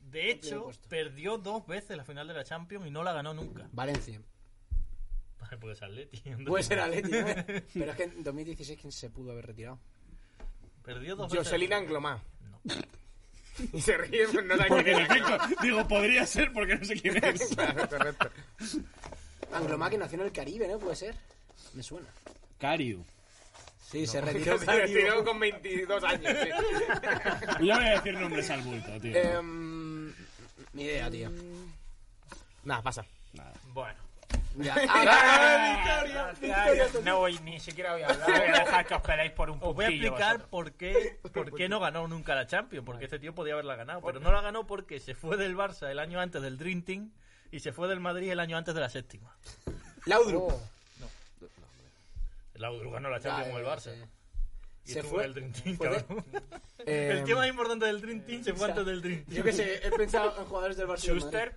[SPEAKER 5] De
[SPEAKER 6] Amplio
[SPEAKER 5] hecho,
[SPEAKER 6] puesto.
[SPEAKER 5] perdió dos veces la final de la Champions y no la ganó nunca.
[SPEAKER 6] Valencia.
[SPEAKER 5] Puede ser Atleti.
[SPEAKER 6] Puede ser Atleti, ¿no? Pero es que en 2016 quién se pudo haber retirado.
[SPEAKER 5] Perdió dos veces.
[SPEAKER 1] Jocelyn Anglomá. Y se ríe, pero no la
[SPEAKER 2] Porque
[SPEAKER 1] quiere.
[SPEAKER 2] digo, digo, podría ser porque no sé quién es.
[SPEAKER 1] Claro, correcto.
[SPEAKER 6] Anglomá que nació en el Caribe, ¿no? Puede ser. Me suena.
[SPEAKER 2] Cariu.
[SPEAKER 6] Sí, se retiró.
[SPEAKER 1] Se
[SPEAKER 6] Caribe.
[SPEAKER 1] retiró con 22 años. sí.
[SPEAKER 2] Yo voy a decir nombres al bulto, tío.
[SPEAKER 1] Em,
[SPEAKER 6] Ni idea, tío.
[SPEAKER 1] Nada, pasa.
[SPEAKER 2] Nada.
[SPEAKER 3] Bueno.
[SPEAKER 6] Ya. Ah,
[SPEAKER 3] Gracias. No voy, ni siquiera voy a hablar. Voy a dejar que os peleéis por un
[SPEAKER 5] Os voy a
[SPEAKER 3] puntillo
[SPEAKER 5] explicar
[SPEAKER 3] vosotros.
[SPEAKER 5] por qué, por qué no ganó nunca la Champions, porque este tío podía haberla ganado, pero no la ganó porque se fue del Barça el año antes del Dream Team y se fue del Madrid el año antes de la séptima.
[SPEAKER 6] Laudrup.
[SPEAKER 5] El Audru ganó la Champions
[SPEAKER 6] Ya,
[SPEAKER 5] con el
[SPEAKER 6] ya,
[SPEAKER 5] Barça.
[SPEAKER 6] sí.
[SPEAKER 5] Y
[SPEAKER 6] Se
[SPEAKER 5] estuvo
[SPEAKER 6] fue.
[SPEAKER 5] en el Dream Team,
[SPEAKER 6] Fue de-
[SPEAKER 5] cabrón.
[SPEAKER 1] Em,
[SPEAKER 5] El tío más importante del Dream Team se fue
[SPEAKER 6] o sea,
[SPEAKER 5] antes del Dream Team.
[SPEAKER 6] Yo que sé, he pensado en jugadores del Barcelona.
[SPEAKER 3] Schuster,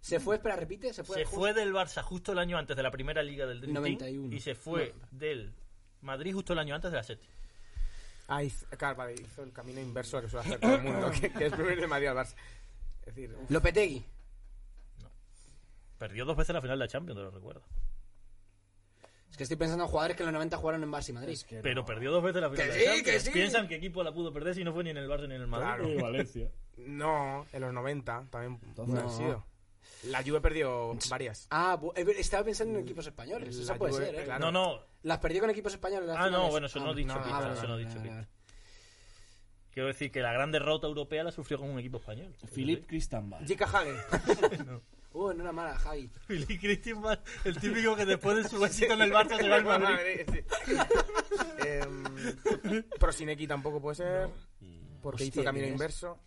[SPEAKER 6] Se fue, espera, repite, se fue.
[SPEAKER 5] Se
[SPEAKER 6] Ju-
[SPEAKER 5] fue del Barça justo el año antes de la primera liga del Dream
[SPEAKER 6] 91.
[SPEAKER 5] Team y se fue del Madrid justo el año antes de la séptima.
[SPEAKER 1] Ah, hizo, claro, vale, hizo el camino inverso al que suele hacer todo el mundo, que, que es primero de Madrid al Barça. Es decir,
[SPEAKER 6] Lopetegui.
[SPEAKER 5] Perdió dos veces la final de la Champions, te lo recuerdo.
[SPEAKER 6] Es que estoy pensando en jugadores que en los 90 jugaron en Barça y Madrid.
[SPEAKER 5] Pero perdió dos veces la final.
[SPEAKER 1] Que
[SPEAKER 5] de
[SPEAKER 1] sí,
[SPEAKER 5] Champions.
[SPEAKER 1] que sí.
[SPEAKER 5] Piensan que equipo la pudo perder si no fue ni en el Barça ni en el Madrid.
[SPEAKER 4] Y Valencia.
[SPEAKER 1] No, en los 90 también
[SPEAKER 6] No.
[SPEAKER 1] han sido. La Juve perdió varias.
[SPEAKER 6] Ah, bu- eh, estaba pensando en equipos españoles.
[SPEAKER 1] La
[SPEAKER 6] Eso puede
[SPEAKER 1] Juve,
[SPEAKER 6] ser, ¿eh?
[SPEAKER 1] claro.
[SPEAKER 5] No, no.
[SPEAKER 6] Las perdió con equipos españoles. las
[SPEAKER 5] Ah, no,
[SPEAKER 6] finales.
[SPEAKER 5] bueno, eso no he dicho
[SPEAKER 6] ah,
[SPEAKER 5] pizza,
[SPEAKER 6] vale,
[SPEAKER 5] eso no he
[SPEAKER 6] vale,
[SPEAKER 5] dicho
[SPEAKER 6] vale,
[SPEAKER 5] pizza.
[SPEAKER 6] vale.
[SPEAKER 5] Quiero decir que la gran derrota europea la sufrió con un equipo español.
[SPEAKER 4] Philip Cristambal.
[SPEAKER 1] Jika Hagen.
[SPEAKER 6] Uh, no era mala, Javi.
[SPEAKER 5] Philip Christian, el típico que después de su éxito en el Barça se va al Madrid.
[SPEAKER 1] Em, Prosineki tampoco puede ser.
[SPEAKER 2] Mm.
[SPEAKER 1] Porque hizo
[SPEAKER 6] Hostia,
[SPEAKER 1] camino
[SPEAKER 6] ¿quién es?
[SPEAKER 1] inverso.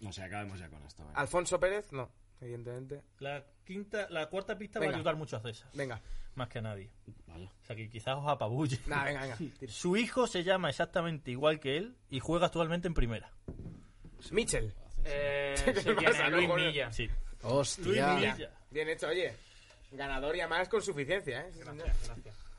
[SPEAKER 4] No sé, acabemos ya con esto.
[SPEAKER 2] eh.
[SPEAKER 4] venga.
[SPEAKER 1] Alfonso Pérez, no, evidentemente.
[SPEAKER 5] La quinta, la cuarta pista va
[SPEAKER 1] Venga.
[SPEAKER 5] a ayudar mucho a César,
[SPEAKER 1] Venga,
[SPEAKER 5] más que a nadie.
[SPEAKER 4] Vale.
[SPEAKER 5] O sea que quizás os apabulle.
[SPEAKER 1] nada, venga, venga. tira.
[SPEAKER 5] Su hijo se llama exactamente igual que él y juega actualmente en primera.
[SPEAKER 1] Mitchell.
[SPEAKER 3] Eh,
[SPEAKER 1] ¿Qué
[SPEAKER 3] se
[SPEAKER 1] pasa,
[SPEAKER 3] llama Luis
[SPEAKER 1] cojones?
[SPEAKER 3] Milla.
[SPEAKER 5] Sí.
[SPEAKER 6] Hostia.
[SPEAKER 5] Ah. Milla.
[SPEAKER 1] Bien hecho, oye. Ganador y además con suficiencia, ¿eh?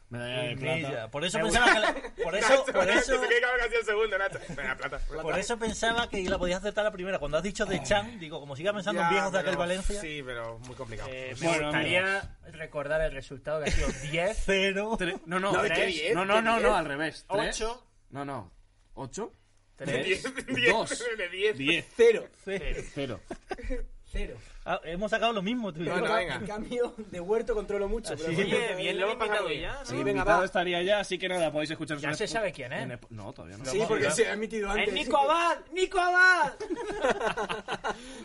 [SPEAKER 4] Medalla de plata.
[SPEAKER 5] Milla. Por eso pensaba que la- por eso, por eso,
[SPEAKER 1] ¿eh? Se queda casi el segundo, Nacho. Venga, plata.
[SPEAKER 5] por eso pensaba que la podías acertar la primera. Cuando has dicho de Chan, digo, como siga pensando en
[SPEAKER 1] Ya,
[SPEAKER 5] viejos de aquel
[SPEAKER 1] pero-
[SPEAKER 5] Valencia.
[SPEAKER 1] Sí, pero muy complicado.
[SPEAKER 3] Eh, me
[SPEAKER 4] Bueno,
[SPEAKER 3] gustaría recordar el resultado que ha sido 10,
[SPEAKER 5] Cero.
[SPEAKER 4] Tre- No, no,
[SPEAKER 6] No,
[SPEAKER 4] tres.
[SPEAKER 6] qué bien,
[SPEAKER 4] no, no,
[SPEAKER 6] qué
[SPEAKER 4] no,
[SPEAKER 6] bien.
[SPEAKER 4] no, al revés. Tres.
[SPEAKER 3] 8,
[SPEAKER 4] No, no. ¿Ocho?
[SPEAKER 1] De
[SPEAKER 4] Tres.
[SPEAKER 1] 10, de 10,
[SPEAKER 4] Dos.
[SPEAKER 1] de 10.
[SPEAKER 4] Diez.
[SPEAKER 2] Cero.
[SPEAKER 4] Cero.
[SPEAKER 2] Cero.
[SPEAKER 5] Ah, hemos sacado lo mismo, tú. y yo.
[SPEAKER 1] No, no, venga.
[SPEAKER 2] En cambio, de huerto controlo mucho.
[SPEAKER 5] Así
[SPEAKER 2] pero
[SPEAKER 5] es.
[SPEAKER 2] bueno,
[SPEAKER 3] Oye, bien lo hemos pasado
[SPEAKER 1] bien.
[SPEAKER 3] ya, ¿no?
[SPEAKER 4] El
[SPEAKER 6] venga,
[SPEAKER 4] invitado
[SPEAKER 6] va.
[SPEAKER 4] estaría Eh, ya, así que nada, podéis escuchar
[SPEAKER 3] Ya se sabe
[SPEAKER 5] ¿eh?
[SPEAKER 3] ¿eh? quién es.
[SPEAKER 4] No, todavía no.
[SPEAKER 2] Sí, porque se ha emitido antes.
[SPEAKER 3] ¡Es Nico Abad! ¡Nico Abad!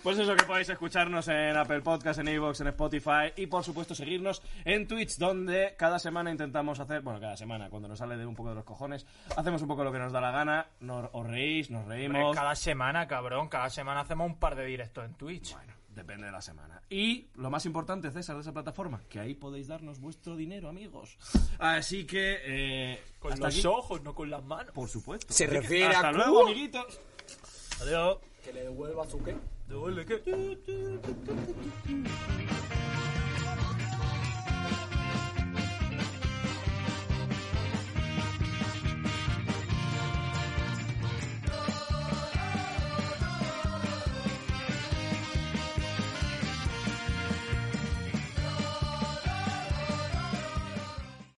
[SPEAKER 4] Pues eso que podéis escucharnos en Apple Podcast, en Evox, en Spotify y por supuesto seguirnos en Twitch, donde cada semana intentamos hacer, bueno, cada semana, cuando nos sale de un poco de los cojones, hacemos un poco lo que nos da la gana, nos, os reís, nos
[SPEAKER 3] Hombre,
[SPEAKER 4] reímos.
[SPEAKER 3] cada semana, cabrón, cada semana hacemos un par de directos en Twitch.
[SPEAKER 4] Bueno, depende de la semana. Y lo más importante, César, de esa plataforma, que ahí podéis darnos vuestro dinero, amigos. Así que... eh, hasta aquí,
[SPEAKER 3] ojos, no con las manos.
[SPEAKER 4] por supuesto.
[SPEAKER 6] Se refiere
[SPEAKER 4] Hasta
[SPEAKER 6] a
[SPEAKER 4] luego, amiguitos.
[SPEAKER 5] Adiós.
[SPEAKER 2] Que le devuelva azúcar.
[SPEAKER 5] Devuelve, ¿qué?